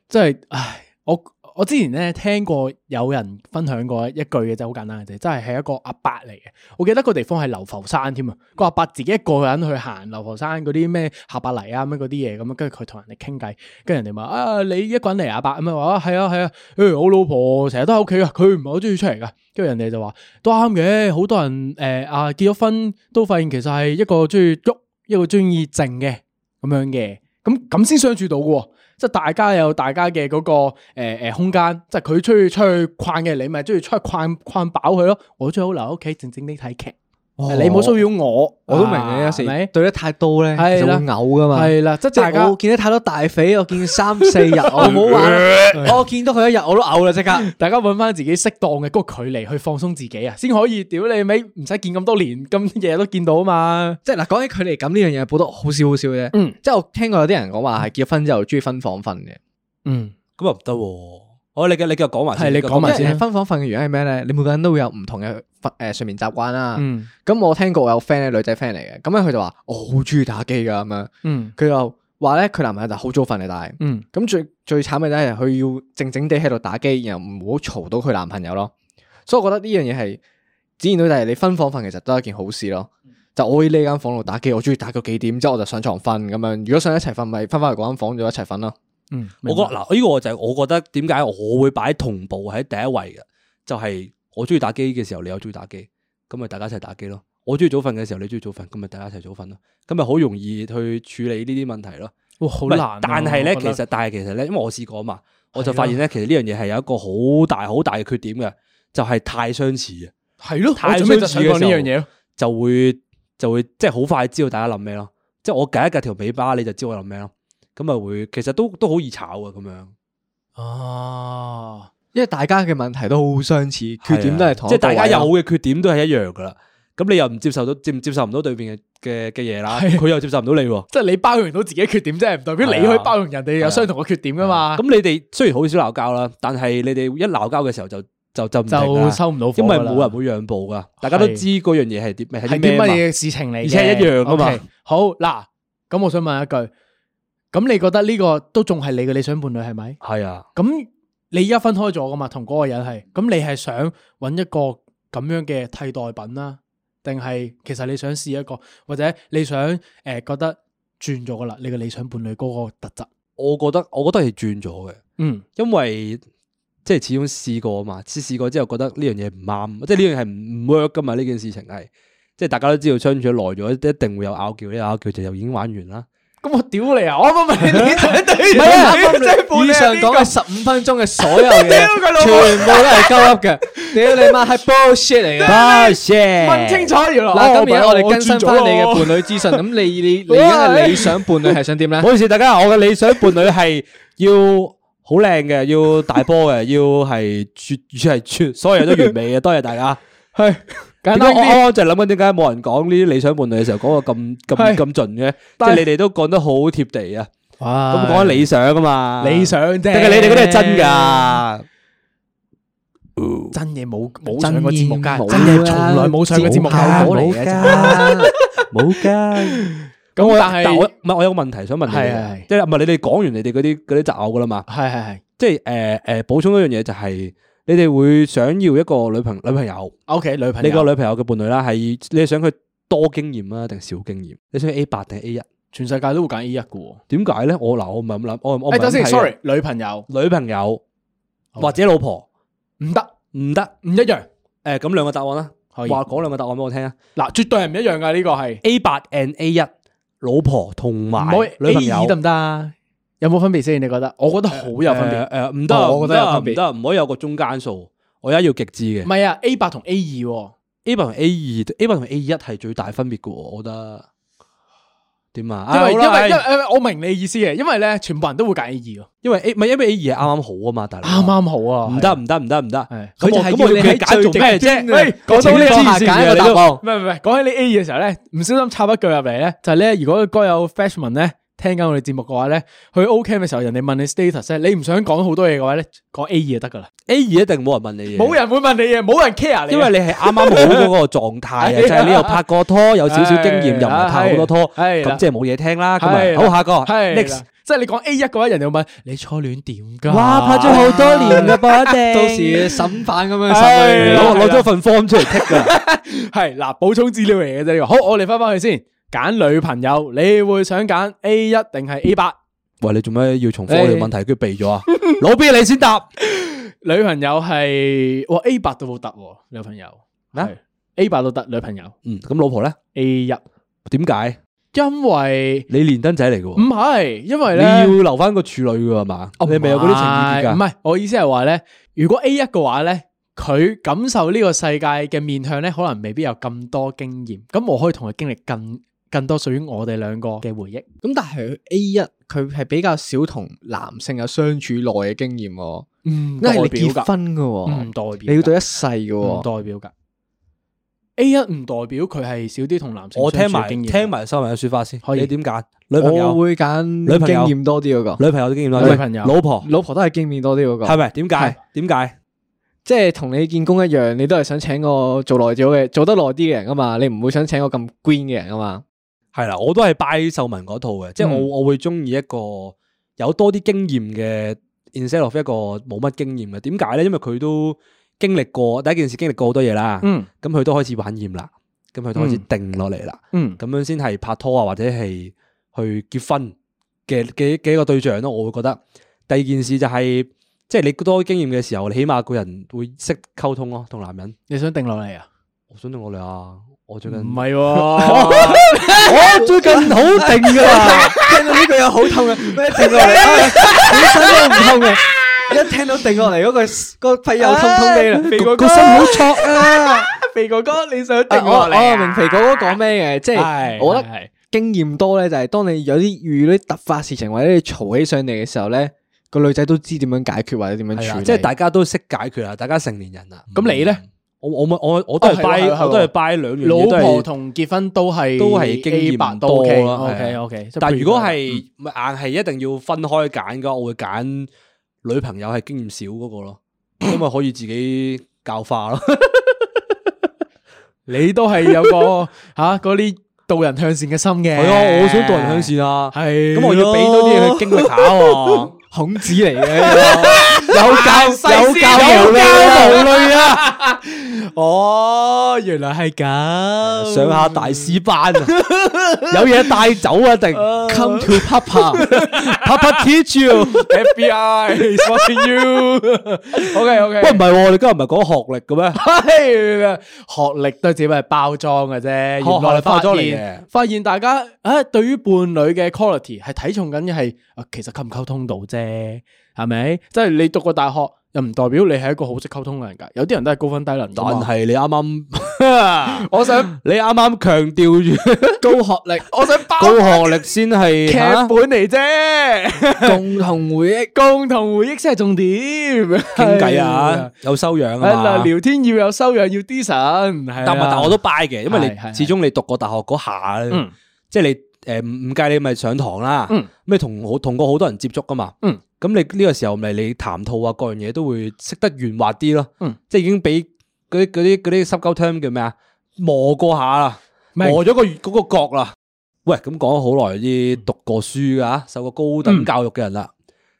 B: 即係唉，我我之前咧聽過有人分享過一句嘅，就好簡單嘅啫，真係係一個阿伯嚟嘅。我記得個地方係流浮山添啊，個阿伯自己一個人去行流浮山嗰啲咩下白泥啊，咩嗰啲嘢咁啊，跟住佢同人哋傾偈，跟住人哋話啊，你一個人嚟啊，阿伯咁啊，話啊係啊係啊，誒、我老婆成日都喺屋企啊，佢唔係好中意出嚟噶。跟住人哋就話都啱嘅，好多人誒、啊結咗婚都發現其實係一個中意喐，一個中意靜嘅咁樣嘅，咁咁先相處到嘅喎。即係大家有大家嘅嗰、個誒、呃、空間，即係佢中意出去逛嘅，你咪中意出去逛逛飽佢咯。我最好留喺屋企靜靜地睇劇，
A: 哦
B: 你唔好騷擾我。
C: 我都明
B: 啊
C: 嘅，有時
B: 係咪
C: 對得太多咧，
B: 係
C: 就會
B: 啦
C: 嘔噶嘛。
B: 係啦，即係
C: 即
B: 大
C: 係
B: 家
C: 我見得太多大肥，我見三四日，我冇玩啦。我見到佢一日我都嘔啦，即刻。
B: 大家揾翻自己適當嘅嗰個距離去放鬆自己啊，先可以屌你咪唔使見咁多年，咁日日都見到啊嘛。
C: 即係嗱，講起距離感呢樣嘢，報得好少好少啫。
B: 嗯
C: 即係我聽過有啲人講話係結咗婚之後中意分房瞓嘅。
B: 嗯，
A: 咁又唔得喎，哦我你嘅你繼續講埋先，
B: 係你
A: 繼續
B: 講埋
C: 因為
B: 啊先啦
C: 分房瞓嘅原因係咩咧？你每個人都會有唔同嘅瞓誒睡眠習慣啦。
B: 嗯
C: 咁我聽過我有 friend 咧，女仔 friend 嚟嘅，咁咧佢就話我好中意打機噶咁樣。
B: 嗯
C: 佢就話咧佢男朋友就好早瞓嘅，但係
B: 嗯，
C: 咁最最慘嘅咧係佢要靜靜地喺度打機，然後唔好嘈到佢男朋友咯。所以我覺得呢樣嘢係展現到就係你分房瞓其實都係一件好事咯。就我喺呢間房度打機，我中意打到幾點，之後我就上床瞓咁樣。如果想一齊瞓，咪翻返去嗰間房度一齊瞓咯。
B: 嗯，
A: 我覺嗱呢個我就係我覺得點解我會擺同步喺第一位嘅，就係我中意打機嘅時候，你又中意打機，咁咪大家一齊打機咯。我中意早瞓嘅時候，你中意早瞓，咁咪大家一齊早瞓咯。咁咪好容易去處理呢啲問題咯。
B: 哇，好
A: 唔係
B: 難啊。
A: 但係咧，其
B: 我覺得
A: 實但係其實咧，因為我試過啊嘛，我
B: 係
A: 就
B: 啊
A: 發現咧，其實呢樣嘢係有一個好大好大嘅缺點嘅，就係太相似啊，
B: 係咯，
A: 太
B: 我準備就
A: 相似
B: 想
A: 嘅
B: 講呢
A: 時候
B: 樣嘢咯。
A: 就會就會即係好快知道大家諗咩咯。即係我解一解條尾巴，你就知我諗咩咯。咁咪會其實都都好易炒啊，咁樣。
B: 啊，
C: 因為大家嘅問題都好相似，缺點都係同
A: 即
C: 係
A: 係大家有嘅缺點都係一樣噶啦。咁你又唔接受到接唔接受唔到對面嘅嘅嘅嘢啦，
B: 係
A: 佢又接受唔到你喎。
B: 即係你包容到自己嘅缺點，即係唔代表你
A: 係啊
B: 可以包容人哋有相同嘅缺點噶啊嘛。
A: 咁你哋雖然好少鬧交啦，但係你哋一鬧交嘅時候就就就唔停㗎
B: 就
A: 啦
B: 收唔到火
A: 因為
B: 為
A: 冇人會讓步噶，大家都知嗰樣嘢係啲咩係
B: 係
A: 啲
B: 啲
A: 咩啊
B: 乜
A: 嘛。
B: 嘢事情嚟嘅，
A: 而且係一樣啊㗎嘛
B: OK，好嗱，咁我想問一句，咁你覺得呢個都仲係你嘅理想伴侶係咪？
A: 係啊，
B: 咁你而家分開咗噶嘛，同嗰個人係，咁你係想揾一個咁樣嘅替代品啦，定係其實你想試一個，或者你想诶、呃、覺得轉咗噶啦，你嘅理想伴侶嗰個特質，
A: 我覺得我覺得係轉咗嘅，
B: 嗯，
A: 因為即係始終試過啊嘛，試試過之後覺得呢樣嘢唔啱，即係呢樣係唔唔 work 噶嘛，呢件事情係。即係大家都知道相處得耐咗，一定會有拗撬，呢拗撬就又已經玩完啦。
B: 咁我屌你啊，我唔係你想對
C: 唔係啊以上
B: 講
C: 講嘅十五分鐘嘅所有嘢，
B: 佢老母
C: 全部都係鳩噏嘅，屌你媽係 bullshit 嚟嘅。
B: 問清楚原來，
C: 嗱，
B: 哦
C: 今日我哋更新翻你嘅
B: 我轉咗咯
C: 伴侶資訊，咁你 你你而家嘅理想伴侶係想點咧
A: 唔？好意思，大家，我嘅理想伴侶係要好靚嘅，要大 波嘅，要係絕係絕，所有嘢都完美嘅。多謝大家。
B: 係簡
A: 點解我
B: 單啲。
A: 啱啱就係諗緊點解冇人講呢啲理想伴侶嘅時候講到咁咁
B: 係
A: 咁盡嘅？即
B: 但係
A: 係你哋都講得好貼地啊！咁
B: 咁
A: 講緊理想啊嘛，
B: 理想啫，
A: 定係你哋嗰啲係真，㗎？
B: 真嘢冇冇
C: 真
B: 上過節目
C: 嘢
A: 啊
B: 㗎，
C: 冇
B: 真嘢從來冇上過節目
C: 節
B: 㗎
C: 目。
A: 冇㗎，冇㗎。
B: 咁
A: 我
B: 但
A: 但我
B: 係
A: 唔係我有個問題想問你
B: 係
A: 哋
B: 係
A: 嘅，即係唔係你哋講完你哋嗰啲嗰啲擇偶㗎啦嘛？
B: 係係係
A: 即係誒誒補充一樣嘢就係你哋會想要一個女朋女朋友，
B: ，OK，女朋
A: 你個
B: 友
A: 女朋友嘅伴侶啦，係你想佢多經驗啊定少經驗？你想 A 八定 A 一？
B: 全世界都會揀 A 一嘅喎。
A: 點解咧？我嗱我唔係咁諗，我我唔
B: 誒，
A: 係
B: 哎
A: 咁
B: 等
A: 睇
B: 先
A: 嘅
B: ，sorry，女朋友
A: 女朋友
B: 好
A: 或者老婆
B: 唔得，
A: 唔得。
B: 唔一樣。
A: 誒咁兩個答案啦，
B: 可
A: 話
B: 以
A: 講兩個答案俾我聽啊。
B: 嗱，絕對係唔一樣㗎，呢個係
A: A 八 and A 一，老婆同
B: 唔
A: 埋
B: 好
A: 女朋
B: A 二得
A: 友
B: 唔得啊？有冇分別先？你覺得？我覺得好有分別。哦
A: 誒誒唔得，
B: 我
A: 唔
B: 覺得有
A: 得，
B: 分
A: 唔
B: 別
A: 得，唔可以有個中間數。我而家要極致
B: 唔
A: 嘅
B: 係啊，A 八同 A 二喎。
A: A 八同 A 二，A 八同 A 一係最大分別嘅喎，我覺得點啊？
B: 因
A: 啊
B: 為
A: 好
B: 因為因
A: 啦
B: 為因
A: 唉
B: 為我明你意思嘅，因為咧全部人都會揀 A 二咯，
A: 因為 A 唔係因為 A 二係啱啱好啊嘛，大佬
B: 啱啱好啊，
A: 唔得唔得唔得唔得，
B: 係
A: 咁我
C: 佢
A: 咁
C: 就係
A: 我要
C: 要你
A: 佢
C: 喺
A: 揀
C: 最
A: 做
C: 極
A: 咩啫？
B: 喂，講到呢個
C: 情況
B: 黐
C: 下
B: 線
C: 揀
B: 嘅
C: 一個
B: 你
C: 答
B: 都
C: 案
B: 唔係唔係，講起你 A 嘅時候咧，唔小心插一句入啊嚟咧，就係咧，如果該有 freshman 咧聽緊我哋節目嘅話咧，去 O K 嘅時候，人哋問你 status 咧，你唔想講好多嘢嘅話咧，講 A 二就得噶啦，
A: A 二一定冇人問你嘢，
B: 冇人會問你嘢，冇人 care 你嘅，啊
A: 因為你係啱啱好嗰個狀態啊，就係你又拍過拖，有少少經驗，又唔係拍好多拖，
B: 係啦
A: 咁即係冇嘢聽啦。咁
B: 係
A: 啊，
B: 啦
A: 好下個
B: 係啦
A: next，
B: 即係你講 A 一嘅話，人哋會問你初戀點噶？
A: 哇，拍咗好多年噶噃，
C: 到
A: 一定
C: 時審犯咁樣
B: 唉
C: 審
B: 係
C: 佢
B: 啦
A: 攞攞咗份 form 出嚟剔噶。
B: 係嗱，補充資料嚟嘅啫。呢個好，我哋翻返去先，揀女朋友，你會想揀 A 一定係 A 八？
A: 喂，你做咩要重複我哋問題？佢避咗啊！老 B 你先答，
B: 女朋友係哇 A 八都好得喎，女朋友
A: 啊
B: 係 A 八都得，女朋友
A: 嗯，咁老婆咧？
B: A 一，
A: 點解？
B: 因為
A: 你連登仔嚟嘅
B: 唔
A: 喎，
B: 係，因為
A: 你
B: 咧
A: 要留翻個處女噶嘛？你咪有嗰啲情意結㗎？
B: 唔係，我意思係話咧，如果 A 一嘅話咧，佢感受呢個世界嘅面向咧，可能未必有咁多經驗，咁我可以同佢經歷更更多屬於我哋兩個嘅回憶。
C: 咁但係 A 一佢係比較少同男性有相處耐嘅經驗喎，
B: 嗯
C: 因為
B: 代
C: 你
B: 表
C: 結
B: 噶，
C: 婚嘅
A: 啊
C: 喎，
B: 唔代表㗎，
C: 你要對一世嘅
B: 唔
C: 喎。
B: 代表噶。A 一唔代表佢係少啲同男性
A: 我
B: 相
A: 聽
B: 處嘅
A: 埋
B: 經驗。
A: 聽埋收埋嘅説法先，
B: 可以
A: 你點揀？女朋
C: 我
A: 友、
C: 會揀女
A: 女朋友
C: 經驗多啲嗰個，
A: 女朋友都經驗多
B: 女朋友
A: 老婆
C: 老婆都係經驗多啲嗰個
A: 係。咪？點
C: 係
A: 解？點解？
C: 即係同你見工一樣，你都係想請個做耐咗嘅、做得耐啲嘅人噶嘛，你唔會想請個咁 green 嘅人噶嘛。
A: 系啦，我都系拜秀文嗰套嘅，即系
B: 嗯
A: 我我会中意一个有多啲經驗嘅 instead of 一個冇乜經驗嘅。點解咧？因為佢都經歷過第一件事，經歷過好多嘢啦。
B: 嗯
A: 咁佢都開始玩厭啦，咁佢都開始
B: 嗯
A: 定落嚟啦，
B: 嗯
A: 咁樣先係拍拖啊，或者係去結婚嘅嘅嘅一個對象咯。我會覺得第二件事就係、即係你多經驗嘅時候，你起碼個人會識溝通咯，同男人。
B: 你想定落嚟啊？
A: 我想同我哋啊，我最近
B: 唔系喎，
A: 我最近好定噶啦，
C: 听到呢句又好痛啊！咩定落嚟啊？本身都唔痛嘅，一聽到定落嚟嗰句，個肺又痛痛地啦。
B: 肥哥
A: 個
B: 哥
A: 心，好挫啊！
B: 肥哥哥，你想
C: 啊
B: 定
C: 我
B: 落嚟啊？
C: 我明肥哥哥講咩嘅，即係
B: 係
C: 我覺
B: 係
C: 得
B: 係
C: 經驗多咧，就係當你有啲遇到啲突發事情或者你嘈起上嚟嘅時候咧，個女仔都知點樣解決或者點樣
A: 係
C: 處
A: 啦
C: 理。
A: 即係大家都識解決啦，啊大家成年人嗯啦。
B: 咁你咧？
A: 我我咪我我都
B: 哦
A: 係
B: 係喎
A: buy
B: 係喎
A: 我都係 buy 兩樣
B: 老
A: 嘢都係
B: 婆同結婚都係
A: 都係經驗多啦。
B: OK
A: 係啊
B: OK，
A: 但係如果係咪硬係一定要分開揀嘅，我會揀女朋友係經驗少嗰個咯，因為可以自己教化咯。
B: 你都係有 個吓嗰啲導人向善嘅心嘅，
A: 係啊，我好想導人向善啊。
B: 係咯，
A: 咁我要俾多啲嘢去經歷下 喎。
C: 孔子嚟嘅，有教有
A: 啊
B: 先
C: 教無
B: 啊有
C: 類
B: 教無
C: 啊！
B: 類啊！哦，原來係咁，
A: 上下大師班啊， 有嘢帶走啊， 定 come to papa，papa teach you。
B: FBI is watching you。OK OK，
A: 喂，唔係喎，我哋今日唔係講學歷嘅 咩？
B: 係哎學歷都只不過係包裝嘅啫，原來
A: 包
B: 發
A: 裝嚟
B: 現
A: 嘅
B: 發現大家啊，對於伴侶嘅 quality 係睇重緊嘅係啊，其實溝唔溝通到啫，係咪？即係你讀過大學，又唔代表你係一個好識溝通嘅人㗎，有啲人都係高分低能㗎
A: 但
B: 嘛。
A: 係你啱啱，
B: 我想
A: 你啱啱強調住
B: 高學歷，我想包啊
A: 高學歷先係
B: 劇
A: 嚇
B: 本嚟啫，
C: 共同回憶，
B: 共同回憶先係重點。
A: 傾偈啊，有修養啊
B: 係啊，
A: 嘛。
B: 聊天要有修養，要 decent，係啊
A: 但但我都 buy 嘅，因為
B: 係係
A: 你始終你讀過大學嗰下咧
B: 嗯，
A: 即係你誒唔唔計你咪上堂啦
B: 嗯，
A: 咩同好同過好多人接觸噶嘛
B: 嗯。
A: 咁你呢個時候咪你談吐啊各樣嘢都會識得圓滑啲咯
B: 嗯，
A: 即係已經俾嗰啲嗰啲嗰啲濕鳩 term 叫咩啊磨過下啦，
B: 明
A: 磨咗個嗰個角啦。喂，咁講咗好耐
B: 嗯
A: 啲讀過書噶，受過高等教育嘅人啦，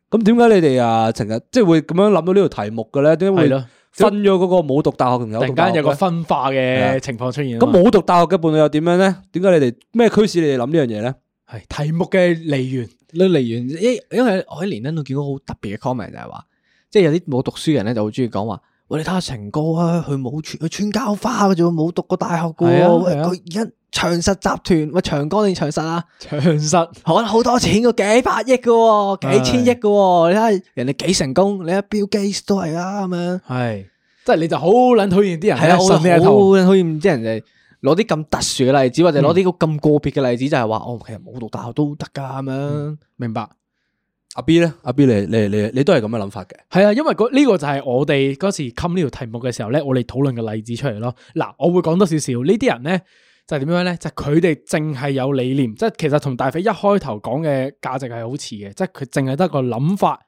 A: 咁點解你哋啊成日即係會咁樣諗到呢條題目嘅咧？點解會
B: 係咯
A: 分咗嗰個冇讀大學同有
B: 突
A: 讀
B: 然
A: 大
B: 間
A: 學
B: 有
A: 呢
B: 個分化嘅情況出現啊
A: 咁
B: 嘛。
A: 冇讀大學嘅伴侶又點樣咧？點解你哋咩驅使你哋諗呢樣嘢咧？
B: 系題目嘅嚟 源，
C: 你嚟完，因因為我喺連登度見到好特別嘅 comment 就係話，即係有啲冇讀書嘅人咧就好中意講話，喂你睇下成哥啊，佢冇穿佢穿膠花嘅啫喎，冇讀過大學嘅
B: 係啊
C: 喎，喂
B: 係啊
C: 佢而家長實集團喂長江定長實啊，
B: 長實
C: 可能好多錢嘅，幾百億嘅喎，幾千億嘅喎，你睇下人哋幾成功，你睇下 Bill Gates 都係啊咁樣，
B: 系，即係你就好撚討厭啲人
C: 係啊，
B: 咧
C: 我好
B: 信呢一套。
C: 討厭啲人就係攞啲咁特殊嘅例子，或者攞啲咁個別嘅例子，就係話哦，其實冇讀大學都得㗎咁樣，
B: 明白，
A: 阿 B 咧，阿 B 你你你你都係咁嘅諗法嘅。
B: 係啊，因為嗰呢個就係我哋嗰時冚呢條題目嘅時候咧，我哋討論嘅例子出嚟咯。嗱，我會講多少少呢啲人咧。就係點樣咧？就係佢哋淨係有理念，即係其實同大肥一開頭講嘅價值係好似嘅，即係佢淨係得個諗法。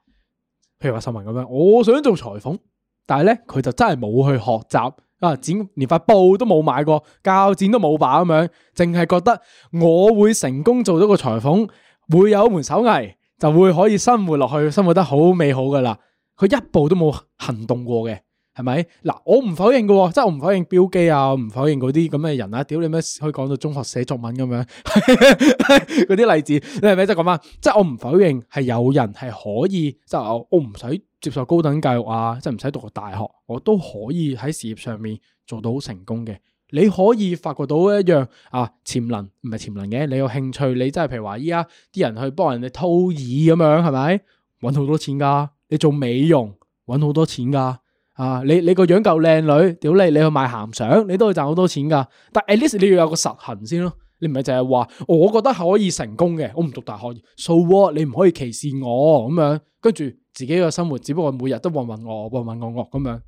B: 譬如話秀文咁樣，我想做裁縫，但係咧佢就真係冇去學習啊，剪連塊布都冇買過，鉸剪都冇把咁樣，淨係覺得我會成功做到個裁縫，會有一門手藝，就會可以生活落去，生活得好美好噶啦。佢一步都冇行動過嘅。係咪？嗱，我唔否認嘅喎，即係我唔否認標機啊，我唔否認嗰啲咁嘅人啊，屌你咩可以講到中學寫作文咁樣 嗰啲例子，你係咪即係咁啊？即係我唔否認係有人係可以，即係哦我我唔使接受高等教育啊，即係唔使讀個大學，我都可以喺事業上面做到好成功嘅。你可以發掘到一樣啊潛能，唔係潛能嘅，你有興趣，你真係譬如話依家啲人去幫人哋掏耳咁樣，係咪揾好多錢㗎？你做美容揾好多錢㗎。啊！你你個樣夠靚女，屌你！你去賣鹹相，你都會賺好多錢噶。但 at least 你要有個實行先咯。你唔係淨係話我覺得可以成功嘅，我唔讀大學，so what？你唔可以歧視我咁樣。跟住自己嘅生活，只不過每日都渾渾噩噩、渾渾噩噩咁樣，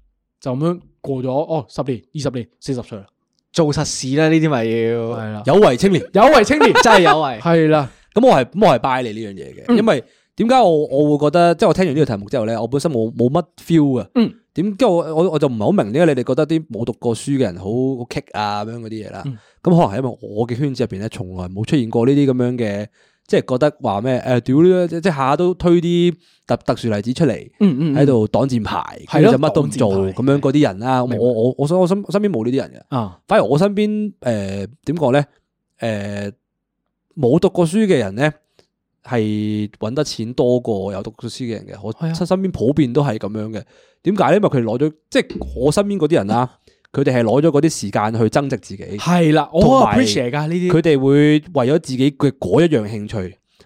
B: 就咁樣過咗哦十年、二十年、四十歲啦，
C: 做實事啦，呢啲咪要
B: 係啦，
A: 有為青年，
B: 有為青 年
C: 真係有為。
B: 係啦，
A: 咁我係咁我係 buy 你呢樣嘢
B: 嗯
A: 嘅，因為點解我我會覺得即係我聽完呢個題目之後咧，我本身冇冇乜 feel 嘅。
B: 嗯。
A: 點解我我我就唔係好明點解你哋覺得啲冇讀過書嘅人好好棘啊咁樣嗰啲嘢啦？咁、
B: 嗯
A: 可能係因為我嘅圈子入邊咧，從來冇出現過呢啲咁樣嘅，即係覺得話咩誒屌呢即即下下都推啲特特殊例子出嚟。
B: 嗯嗯，
A: 喺度擋箭牌，跟
B: 係咯
A: 住就乜都唔做
B: 擋箭
A: 咁
B: 牌
A: 樣嗰啲人啦。咁
B: 明白
A: 我我我想我身身邊冇呢啲人嘅，
B: 啊，
A: 反而我身邊誒點講咧誒冇讀過書嘅人咧係揾得錢多過有讀過書嘅人嘅。我
B: 係啊
A: 身身邊普遍都係咁樣嘅。點解咧？因為佢攞咗即係我身邊嗰啲人啦，佢哋係攞咗嗰啲時間去增值自己。
B: 系啦，我
A: 同
B: 好
A: 埋
B: appreciate 噶呢啲，
A: 佢哋會為咗自己嘅嗰一樣興趣，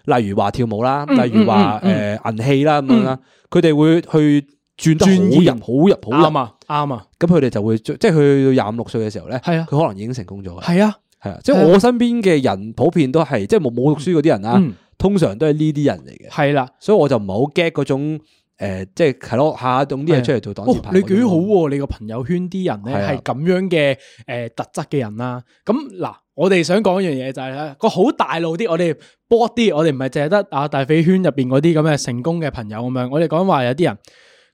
A: 例如話跳舞啦，
B: 嗯
A: 例如話
B: 嗯
A: 诶銀器啦咁樣啦，佢哋會去轉得好
B: 鑽研
A: 入、好入、好入
B: 啱，啊，啱啊，
A: 咁佢哋就會即係去到廿五六歲嘅時候咧，
B: 係啊
A: 佢可能已經成功咗嘅，
B: 系啊，
A: 係啊，即
B: 係啊
A: 係我身邊嘅人普遍都係即係冇冇讀書嗰啲人啦
B: 嗯，
A: 通常都係呢啲人嚟嘅，
B: 系啦。
A: 所以我就唔係好 get 嗰種诶，即係係咯，下下用啲嘢出嚟做擋箭
B: 哦
A: 牌，嗰
B: 你
A: 種
B: 幾好喎！你個朋友圈啲人
A: 係
B: 咧
A: 啊
B: 係咁樣嘅诶特質嘅人啦。咁嗱，我哋想講一樣嘢就係咧，個好大路啲，我哋 broad 啲，我哋唔係淨係得啊大肥圈入边嗰啲咁嘅成功嘅朋友咁樣。我哋講話有啲人，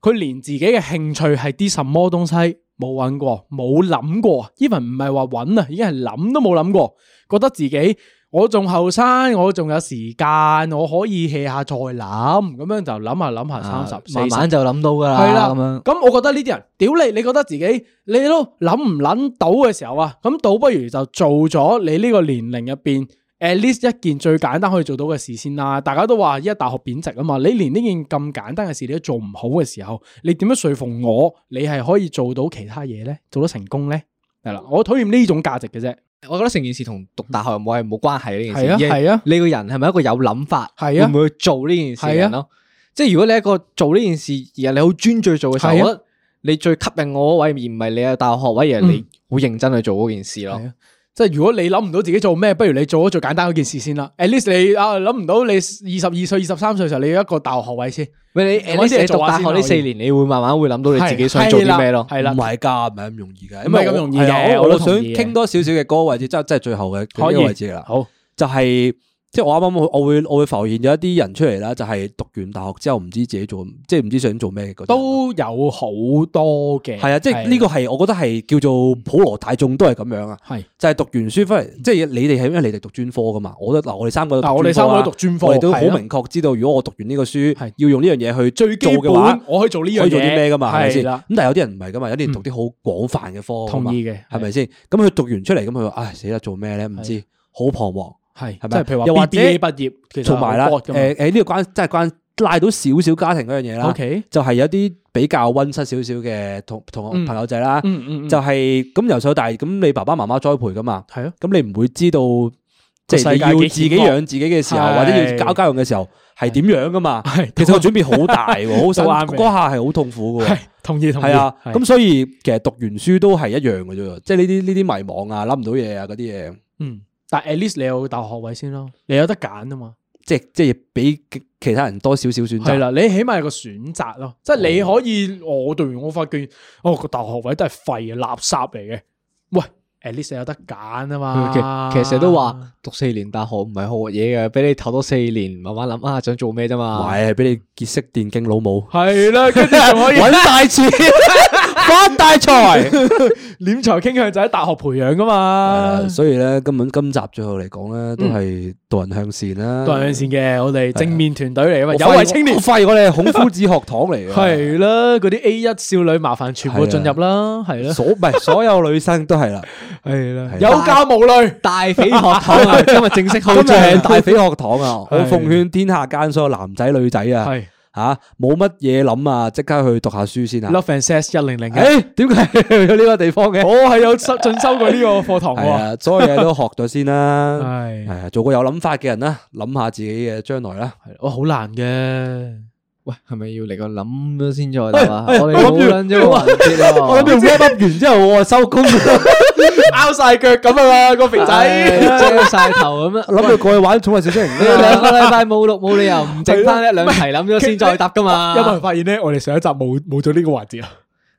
B: 佢連自己嘅興趣係啲什麼東西冇揾過，冇諗過，even 唔係話揾啊，已經係諗都冇諗過，覺得自己。我仲後生，我仲有時間，我可以 hea 下再諗，咁樣就諗下諗
A: 啊
B: 下三十、四
C: 慢
B: 十
C: 慢就谂到噶啦，
B: 係啦
C: 咁样。
B: 咁我覺得呢啲人，屌你，你覺得自己你都諗唔諗到嘅時候啊，咁倒不如就做咗你呢個年齡入邊 at least 一件最簡單可以做到嘅事先啦。大家都話依家大學貶值啊嘛，你連呢件咁簡單嘅事你都做唔好嘅時候，你點樣說服我你係可以做到其他嘢咧，做到成功咧？係啦，我討厭呢種價值嘅啫。
C: 我覺得成件事同讀大學有冇係冇關係呢件
B: 係
C: 事。
B: 啊
C: 而係
B: 係啊
C: 你個人係咪一個有諗法，
B: 係啊啊
C: 會唔會去做呢件事嘅人咯？即係如果你係一個做呢件事而係你好專注去做嘅時候，
B: 係啊
C: 我覺得你最吸引我嗰位，而唔係你嘅大學學位，而係你好認真去做嗰件事咯
B: 嗯係。啊即係如果你諗唔到自己做咩，不如你做咗最簡單嗰件事先啦。at least 你啊諗唔到你二十二歲、二十三歲嘅時候，你有一個大學學位先。
C: 喂，你
B: 搵啲嘢
C: 你讀
B: 做下先啊
C: 大學
B: 咯
C: 呢四年，你會慢慢會諗到你自己想做啲咩咯。
B: 係啦
A: 唔，係㗎，唔係咁容易㗎，
B: 唔係咁
A: 因為我
B: 容易
A: 係啊
B: 嘅
A: 我
B: 我都
A: 我想
B: 同意嘅
A: 傾多少少嘅嗰個位置，即係即係最後嘅
B: 可
A: 嗰
B: 以
A: 個位置啦。
B: 好。
A: 就係即係我啱啱我我會我會浮現咗一啲人出嚟啦，就係讀完大學之後唔知自己做，即係唔知想做咩嘅
B: 啊
A: 嗰種
B: 都有好多嘅，
A: 係啊，即係呢個係我覺得係叫做普羅大眾都係咁樣啊，
B: 係
A: 就係讀完書翻嚟，即係你哋係因為你哋讀專科噶嘛，我覺得嗱我哋三個都
B: 嗯嗱我哋三個都讀專科
A: 我哋都
B: 係
A: 好
B: 啊
A: 明確知道，如果我讀完呢個
B: 係
A: 書，要用呢樣嘢去
B: 最基
A: 做
B: 本
A: 嘅話，
B: 我可以做呢樣嘢
A: 可以做啲咩噶嘛，係咪先？
B: 係啦嗯
A: 咁但係有啲人唔係噶嘛，有啲人讀啲好廣泛嘅科㗎嘛，
B: 同意嘅
A: 係咪先？咁佢讀完出嚟，咁佢話唉死啦，做咩咧？唔知，好彷徨。
B: 係
A: 係咪
B: 即係譬如話
A: 又或者
B: BBA 畢業，其實
A: 同埋啦，
B: 好 broad 㗎嘛
A: 誒誒呢個關真係關拉到少少家庭嗰樣嘢啦。
B: OK
A: 就係有啲比較温室少少嘅同同
B: 嗯
A: 學朋友仔啦，
B: 嗯嗯嗯
A: 就係咁由細到大，咁你爸爸媽媽栽培噶嘛，
B: 係咯，
A: 咁你唔會知道即
B: 世
A: 係你
B: 界
A: 要
B: 幾
A: 自己
B: 險惡
A: 養自己嘅時候，
B: 係
A: 或者要搞家用嘅時候係點樣噶嘛
B: 係？
A: 其實個轉變好大喎， 好辛
B: 啱嘅
A: 嗰下係好痛苦嘅喎
B: 係。同意同意
A: 係啊，
B: 係
A: 咁所以其實讀完書都係一樣嘅啫喎，即係呢啲呢啲迷茫啊，諗唔到嘢啊嗰啲嘢，
B: 嗯，但 at least 你有大學學位先咯，你有得揀啊嘛，
A: 即係即係比其其他人多少少選擇
B: 係。啦，你起碼有個選擇咯，即係你可以我讀完我發現，哦個大學學位都係廢嘅垃圾嚟嘅，喂 at least 你有得揀啊嘛，
C: 其其實成日都話讀四年大學唔係學嘢嘅，俾你唞多四年，慢慢諗啊想做咩啫
A: 唔
C: 嘛。
A: 係，俾你結識電競老母，
B: 係啦，跟住仲可以
A: 揾大 錢，發大財。
B: 斂財傾向就喺大學培養噶嘛
A: 誒。所以咧，根本今集最後嚟講咧，都係導人向善啦。
B: 都係嗯向善嘅，我哋正面團隊嚟嘅
A: 我
B: 嘛，有
A: 發現
B: 為青年
A: 我發現我哋係孔夫子學堂嚟嘅。
B: 係啦，嗰啲 A 一少女麻煩全部進入啦，係啦，
A: 所唔係所有女生都係啦。
B: 係啦
A: 係啦
B: 有教無類，
C: 大肥學堂啊，今日正
A: 今
C: 式開
A: 日係
C: 張。
A: 大肥學堂啊！
B: 係
A: 我奉勸天下間所有男仔女仔啊，
B: 係
A: 吓冇乜嘢諗啊，即刻去讀下書先啊！
B: Love and Sex 一零零嘅，
A: 誒，點解去咗呢個地方嘅？
B: 我係有收進修過呢個課堂
A: 係
B: 喎，
A: 啊， 所有嘢都學咗先啦。
B: 係
A: 係啊，做個有諗法嘅人啦，諗下自己嘅將來啦。
B: 係，我好難嘅，
C: 喂，係咪要嚟個諗咗先再諗啊？
A: 哎哎
C: 我哋
A: 我諗
C: 冇
A: 住
C: 撚咗個環節啊！
A: 我諗住 wrap up 完之後，我收工，諗
B: 拗晒腳咁啊嘛，個肥
C: 唉
B: 仔。
C: 遮晒頭咁樣。
A: 住過去玩寵物小精靈
C: 你 兩個禮拜冇錄冇理由唔剩翻一兩題諗咗先再答噶嘛？
B: 有冇人發現咧？ 我哋上一集冇冇咗呢個環節啊？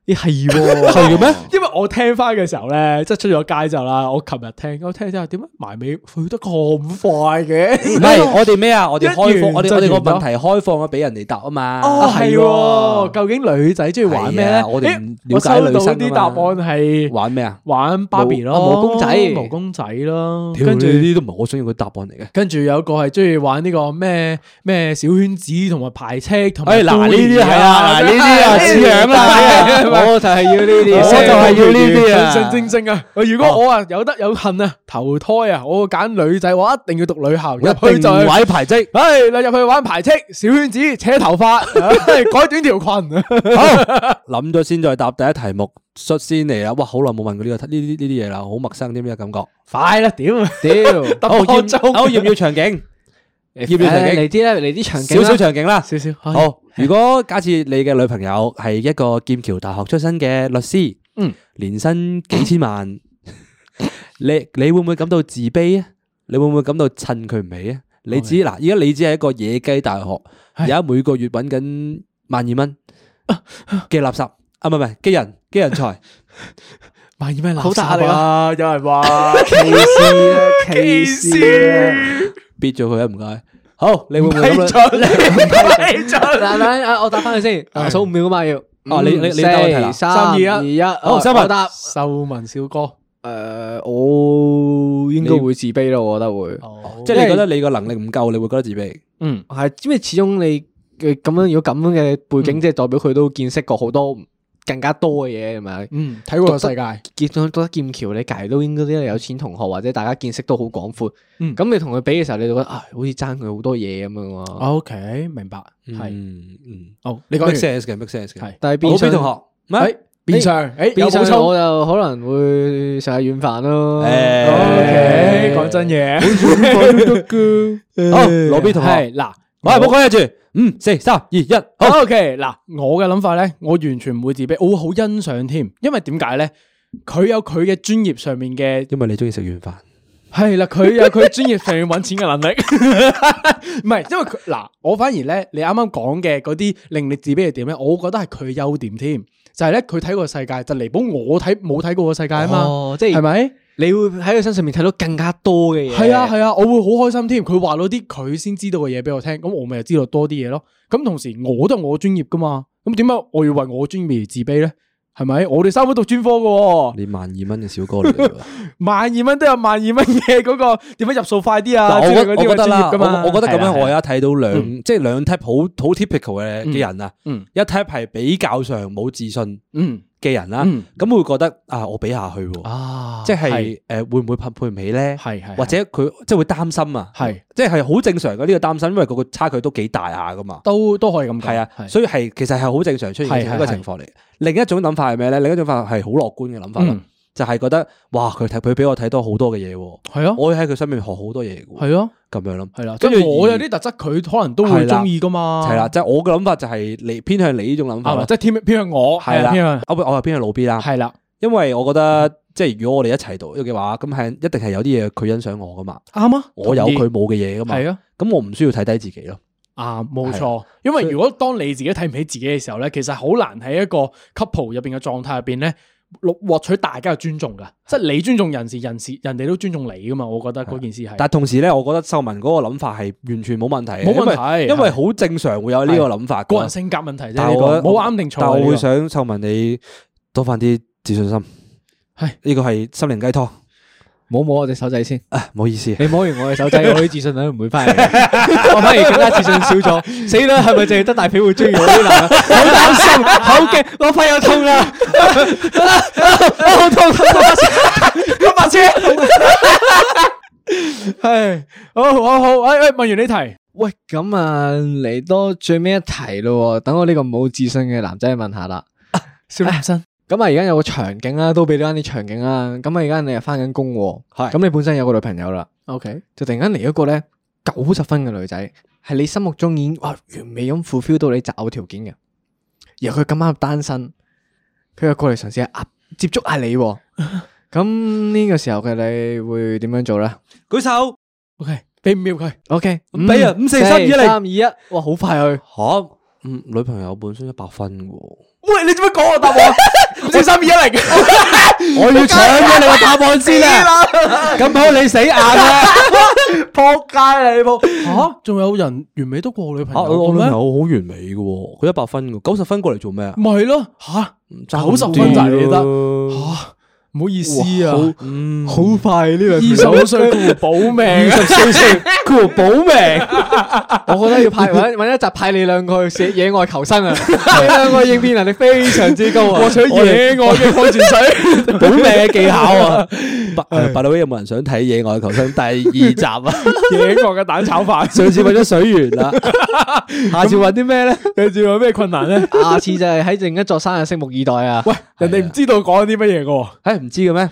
C: 咦係喎，
A: 係嘅咩？
B: 因為我聽翻嘅時候咧，即係出咗街之後啦，我琴日聽，我聽之後點解埋尾去得咁快嘅？
A: 唔係，我哋咩啊？我哋開放，
B: 一完
A: 我哋
B: 就
A: 我哋個
B: 完
A: 問
B: 咯
A: 題開放咗俾人哋答啊嘛。
B: 哦，係喎，
A: 係
B: 究竟女仔中意玩咩
A: 係
B: 咧？
A: 啊我哋唔
B: 咦
A: 了解
B: 我收到
A: 女生㗎
B: 啲
A: 嘛
B: 答案係
A: 玩咩啊？
B: 玩芭比咯，
C: 毛毛公仔
B: 毛公仔咯，
A: 跟
B: 跟
A: 住
B: 住
A: 呢啲都唔係我想要嘅答案嚟嘅。
B: 跟住有個係中意玩呢個咩咩小圈子同埋排斥同埋
A: 哎，嗱呢
B: 孤兒
A: 啲係啊，嗱呢啲啊，
B: 哎
A: 似樣啦。
C: 我就係要呢啲，
A: 我就係要
B: 要呢啲啊，
C: 信正正啊！
B: 喂如
A: 哦
B: 果我啊有得有幸啊投胎啊，我會揀女仔，我一定要讀女校，入
A: 一
B: 去就
A: 定
B: 係
A: 位排積。
B: 唉，你入去玩排斥，小圈子，扯頭髮，唉改短條裙。
A: 好，諗咗先再答第一題目，率先嚟啊啦！哇，好耐冇問過呢個呢啲呢啲嘢啦，好陌生啲咩感 覺？
B: 快啦，屌！
C: 屌，
A: 好，
B: 我
A: 要
B: 中
A: 好要唔要場景？要唔要場
C: 嚟
A: 景？
C: 啲啦，嚟啲長景
A: 少
C: 啦
A: 少場景啊啦。
B: 少少，好
A: 好，如果假設你嘅女朋友係一個劍橋大學出身嘅律師，
B: 嗯，
A: 年薪幾千 萬，你你會唔會感到自卑啊？你會唔會感到襯佢唔起啊？你只嗱，而家你只係一個野雞大學，而家每個月揾緊萬二 蚊嘅垃圾啊，唔係唔係，嘅人嘅人才，
B: 萬二蚊
C: 好大壓力
B: 啊！有 人話
C: 歧視啊，歧視啊！
A: 逼咗佢啊，唔該。好，你會唔會
B: 批
A: 咁樣？
B: 准，批准。
C: 嗱嗱，啊我答翻佢先，啊數五秒啊嘛要。
A: 哦你你你答我題啦
C: 四三二
B: 三二
C: 一，
A: 好
C: 我
A: 三文
C: 我答。
B: 秀文少哥，
C: 诶，我應該會自卑咯，我覺得會。
A: 即係你覺得你個能力唔夠，你會覺得自卑。
B: 嗯，
C: 係，因為始終你嘅咁樣，如果咁樣嘅背
B: 嗯
C: 景，即係代表佢都見識過好多更加多嘅嘢，係咪？
B: 嗯，睇過個世界，
C: 見到覺得劍橋你隔離都應該都有錢同學，或者大家見識都好廣闊。
B: 嗯
C: 咁你同佢比嘅時候，你就覺得啊，好似爭佢好多嘢咁樣
B: 啊
C: 喎。
B: OK，明白，係，
A: 嗯嗯
B: 好，你
A: ，make
B: 講完，
A: sense 嘅，make sense 嘅
B: 係。哎
C: 但係
A: 好
C: 變
A: 邊
C: 相
A: 同學，唔係
B: 誒，變相，誒，有
C: 變
B: 補
C: 相
B: 充
C: 我就可能會食下軟飯
A: 誒
C: 咯。
B: ，OK，講真嘢，
A: 好，羅 B 同學。
B: 係嗱。
A: 喂，唔好講嘢住，
B: 嗯
A: 五、四、三、二、一，好，
B: O K，嗱，我嘅諗法咧，我完全唔會自卑，我會好欣賞添，因為點解咧？佢有佢嘅專業上面嘅，
A: 因為你中意食軟飯，
B: 係啦，佢有佢專業上面揾錢嘅能力， 唔係，因為佢嗱，我反而咧，你啱啱講嘅嗰啲令你自卑嘅點咧，我覺得係佢優點添，就係咧佢睇過嘅世界，就彌補我睇冇睇過嘅世界啊嘛，
C: 哦，即係
B: 係咪？
C: 你會喺佢身上面睇到更加多嘅嘢。
B: 係啊係啊，我會好開心添。佢話到啲佢先知道嘅嘢俾我聽，咁我咪就知道多啲嘢咯。咁同時我都係我專業噶嘛，咁點解我要為我專業而自卑咧？係咪？我哋三個讀專科嘅喎，
A: 你萬二蚊嘅小哥嚟 㗎喎
B: 啊萬二蚊都有萬二蚊嘅嗰個點樣入數快啲
A: 嗱，
B: 啊？
A: 我覺
B: 之類
A: 我
B: 嗰啲
A: 覺得啦，
B: 專業㗎嘛
A: 我我覺得咁樣，
B: 係啊
A: 我而家睇到兩即係兩 type 好好 typical 嘅嘅人啊
B: 嗯，
A: 一 type 係比較上冇自信
B: 嗯
A: 嘅人啦，
B: 嗯
A: 咁會覺得啊，我比下去喎，
B: 啊，
A: 即係誒會唔會匹配唔起咧？
B: 係係
A: 或者佢即係會擔心啊，
B: 係
A: 即係好正常嘅呢個擔心，因為個個差距都幾大下噶嘛。
B: 都都可以咁講，
A: 系啊，所以係其實係好正常出現
B: 係
A: 嘅
B: 係
A: 一個情況嚟。另一種諗法係咩咧？另一種法係好樂觀嘅諗法啦
B: 嗯，
A: 就係覺得哇，佢睇佢俾我睇多好多嘅嘢喎，
B: 係咯
A: 我會喺佢身邊學好多嘢嘅喎，
B: 係咯
A: 咁樣咯，
B: 係啦。
A: 跟
B: 跟
A: 住
B: 住我
A: 而
B: 有啲特質，佢可能都會
A: 係啦
B: 中意噶嘛。
A: 係啦，，即係我嘅諗法就係你偏向你呢種諗法
B: 啱啦，
A: 咯，
B: 哦啊即係偏偏向我
A: 係
B: 偏向
A: 啦，啊我我係偏向老 B 啦，
B: 係啦，
A: 因為我覺得即係如果我哋一齊讀嘅話，咁係一定係有啲嘢佢欣賞我噶嘛，
B: 啱啊，
A: 我有
B: 同意
A: 佢冇嘅嘢噶嘛，
B: 係啊。
A: 咁我唔需要睇低自己咯，
B: 啊，冇
A: 係
B: 錯，因為
A: 所以
B: 如果當你自己睇唔起自己嘅時候咧，其實好難喺一個 couple 入邊嘅狀態入邊咧，獲獲取大家嘅尊重噶，即係你尊重人時，人時人哋都尊重你噶嘛。我覺得嗰件事係
A: 但同時咧，我覺得秀文嗰個諗法係完全冇問題嘅，
B: 冇問
A: 因為
B: 題
A: 因為好正常會有呢個諗法㗎
B: 個
A: 嘛
B: 人性格問題啫，
A: 但我
B: 呢
A: 覺得
B: 個冇啱定錯
A: 但
B: 啊。
A: 我會
B: 會
A: 想臭問你多翻啲自信心。
B: 係
A: 呢個係心靈雞湯
C: 摸摸我隻手仔先。
A: 啊！唔好意思，
C: 你摸完我嘅手仔，我啲自信都唔會 翻嚟嘅，我反而更加自信少咗。死啦，係咪淨係得大肥會中意我啲男人？好擔心，好驚，我肺又 痛啦， 啊好痛，
B: 咁白痴，係好好好，哎哎，問完呢題，
C: 喂，咁啊嚟多最尾一題咯喎，等我呢個冇自信嘅男仔去問下啦。
A: 啊
B: 小男生
C: 咁啊，而家有個場景啦，都俾到啱啲場景啦。咁啊，而家你係翻緊工喎，
A: 係
C: 咁你本身有個女朋友啦，
B: ，OK，
C: 就突然間嚟一個咧九十分嘅女仔，係你心目中已經哇完美咁 fulfill 到你擇偶條件嘅，然後佢咁啱單身，佢又過嚟嘗試下壓接觸下 你喎，咁呢個時候嘅你會點樣做咧
A: 舉手
B: OK，俾五秒佢，
C: ？OK，嗯
A: 唔俾啊五四三二一嚟
C: 三二一，哇，好快啊去，
A: 吓，嗯，女朋友本身一百分嘅，
B: 喂，你做咩講我答 案？五四三二一零，
A: 我要搶咗你個答案先啦。咁好，你死硬 啦！
B: 吓，仲有人完美得過我女朋
A: 啊，
B: 友
A: 我女
B: 嘅咩
A: 朋友？好完美嘅喎，佢一百分嘅，九十分過嚟做咩啊？
B: 咪係咯，吓。
A: 爭
B: 90
A: 咁
B: 分就係
A: 啲
B: 你得
A: 咯
B: 吓唔好意思啊，
A: 嗯，
C: 好快呢兩
B: 二十五歲顧保命，
C: 佢保命。我覺得要派 揾揾一集派你兩個去寫野外求 生啊！你兩個應變能力非常之高啊！
B: 獲取野外嘅礦泉水。
A: 保命嘅技巧 啊！白白老威有冇人想睇野外求生第二集啊？
B: 野國嘅蛋炒飯，
A: 上次揾咗水源
B: 啊
A: 啦， 下次揾啲咩咧？
B: 你仲有咩困難咧？
C: 下次就係喺另一座山啊，拭目以待啊！
B: 喂，人哋唔知道講緊啲乜嘢嘅喎，
A: 唉，唔知嘅咩？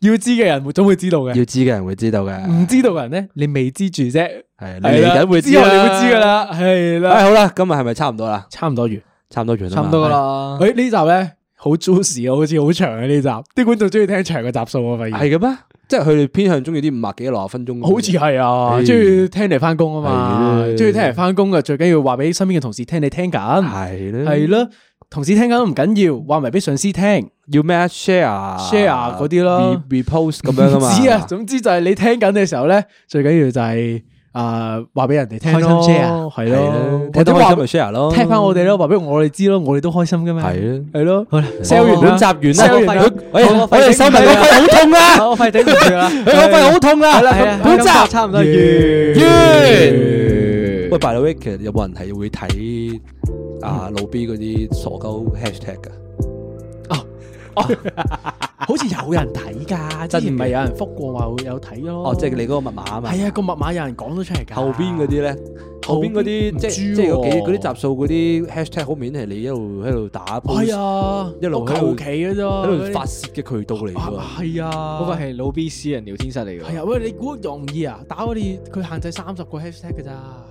B: 要知嘅人總會知道嘅，
A: 要知嘅人會知道嘅，
B: 唔知道嘅人咧，你未知住啫。
A: 係你
B: 嗯係
A: 嚟
B: 啦
A: 緊會知
B: 之後
A: 啦
B: 你會知噶。啦，係
A: 唉，
B: 啦，
A: 好啦，今日係咪差唔多啦？
B: 差唔多完。
A: 差唔多完啦嘛，
C: 差唔多啦，
B: 誒呢集咧好 juicy 啊，好似好長啊呢集，啲觀眾中意聽長嘅集數啊，發現
A: 係嘅咩？即係佢哋偏向中意啲五十幾六十分鐘，
B: 好似係啊，
A: 唉
B: 中意聽嚟翻工啊嘛，
A: 嗯係
B: 中意聽嚟翻工嘅最緊要話俾身邊嘅同事聽你聽緊，
A: 係咧，
B: 係咯，同事聽緊都唔緊要，話埋俾上司聽，
A: 要咩啊？share
B: share 嗰啲啦
A: re-，repost 咁樣啊嘛，
B: 唔知啊，總之就係你聽緊嘅時候咧，最緊要就係啊話俾人哋聽咯，
C: 開心 share
B: 係
A: 係
B: 咯
A: 咯，，
B: 或
A: 睇
B: 者
A: 到
B: 話
A: 開心咪 share 咯，
B: 聽翻我哋咯，話俾我哋知咯，我哋都開心噶嘛，
A: 係啊
B: 係咯，
C: 好啦
B: sell 完啦
A: 本集啊完啦，
B: sell 完啦
A: 哎呀
C: 我
A: 我哋手埋個肺好痛啊！
C: 我快頂唔住啦，
A: 佢個肺好痛啊！
C: 係啊，
A: 本集
C: 今集差唔多完。
A: 完。喂，by the way，其實有冇人係會睇啊老 B 嗰啲傻鳩 hashtag 噶？
B: 好似有人睇噶，之前咪有人覆過話會有睇咯。
A: 哦，即係你嗰個密碼啊嘛。
B: 係啊，個密碼有人講咗出嚟㗎。
A: 後邊嗰啲咧，後邊嗰啲
B: 唔
A: 即係
B: 知
A: 即係嗰幾
B: 喎
A: 嗰啲集數嗰啲 hashtag 好明顯係你一路喺度打
B: 係
A: post，
B: 啊，
A: 一路
B: 我
A: 喺度
B: 求其嘅啫，
A: 喺度發泄嘅渠道嚟
B: 啊
A: 㗎。
B: 係啊，
C: 嗰個係老 B 私人聊天室嚟嘅
B: 係。啊，喂，你估容易啊？打我哋佢限制三十個 hashtag 㗎咋？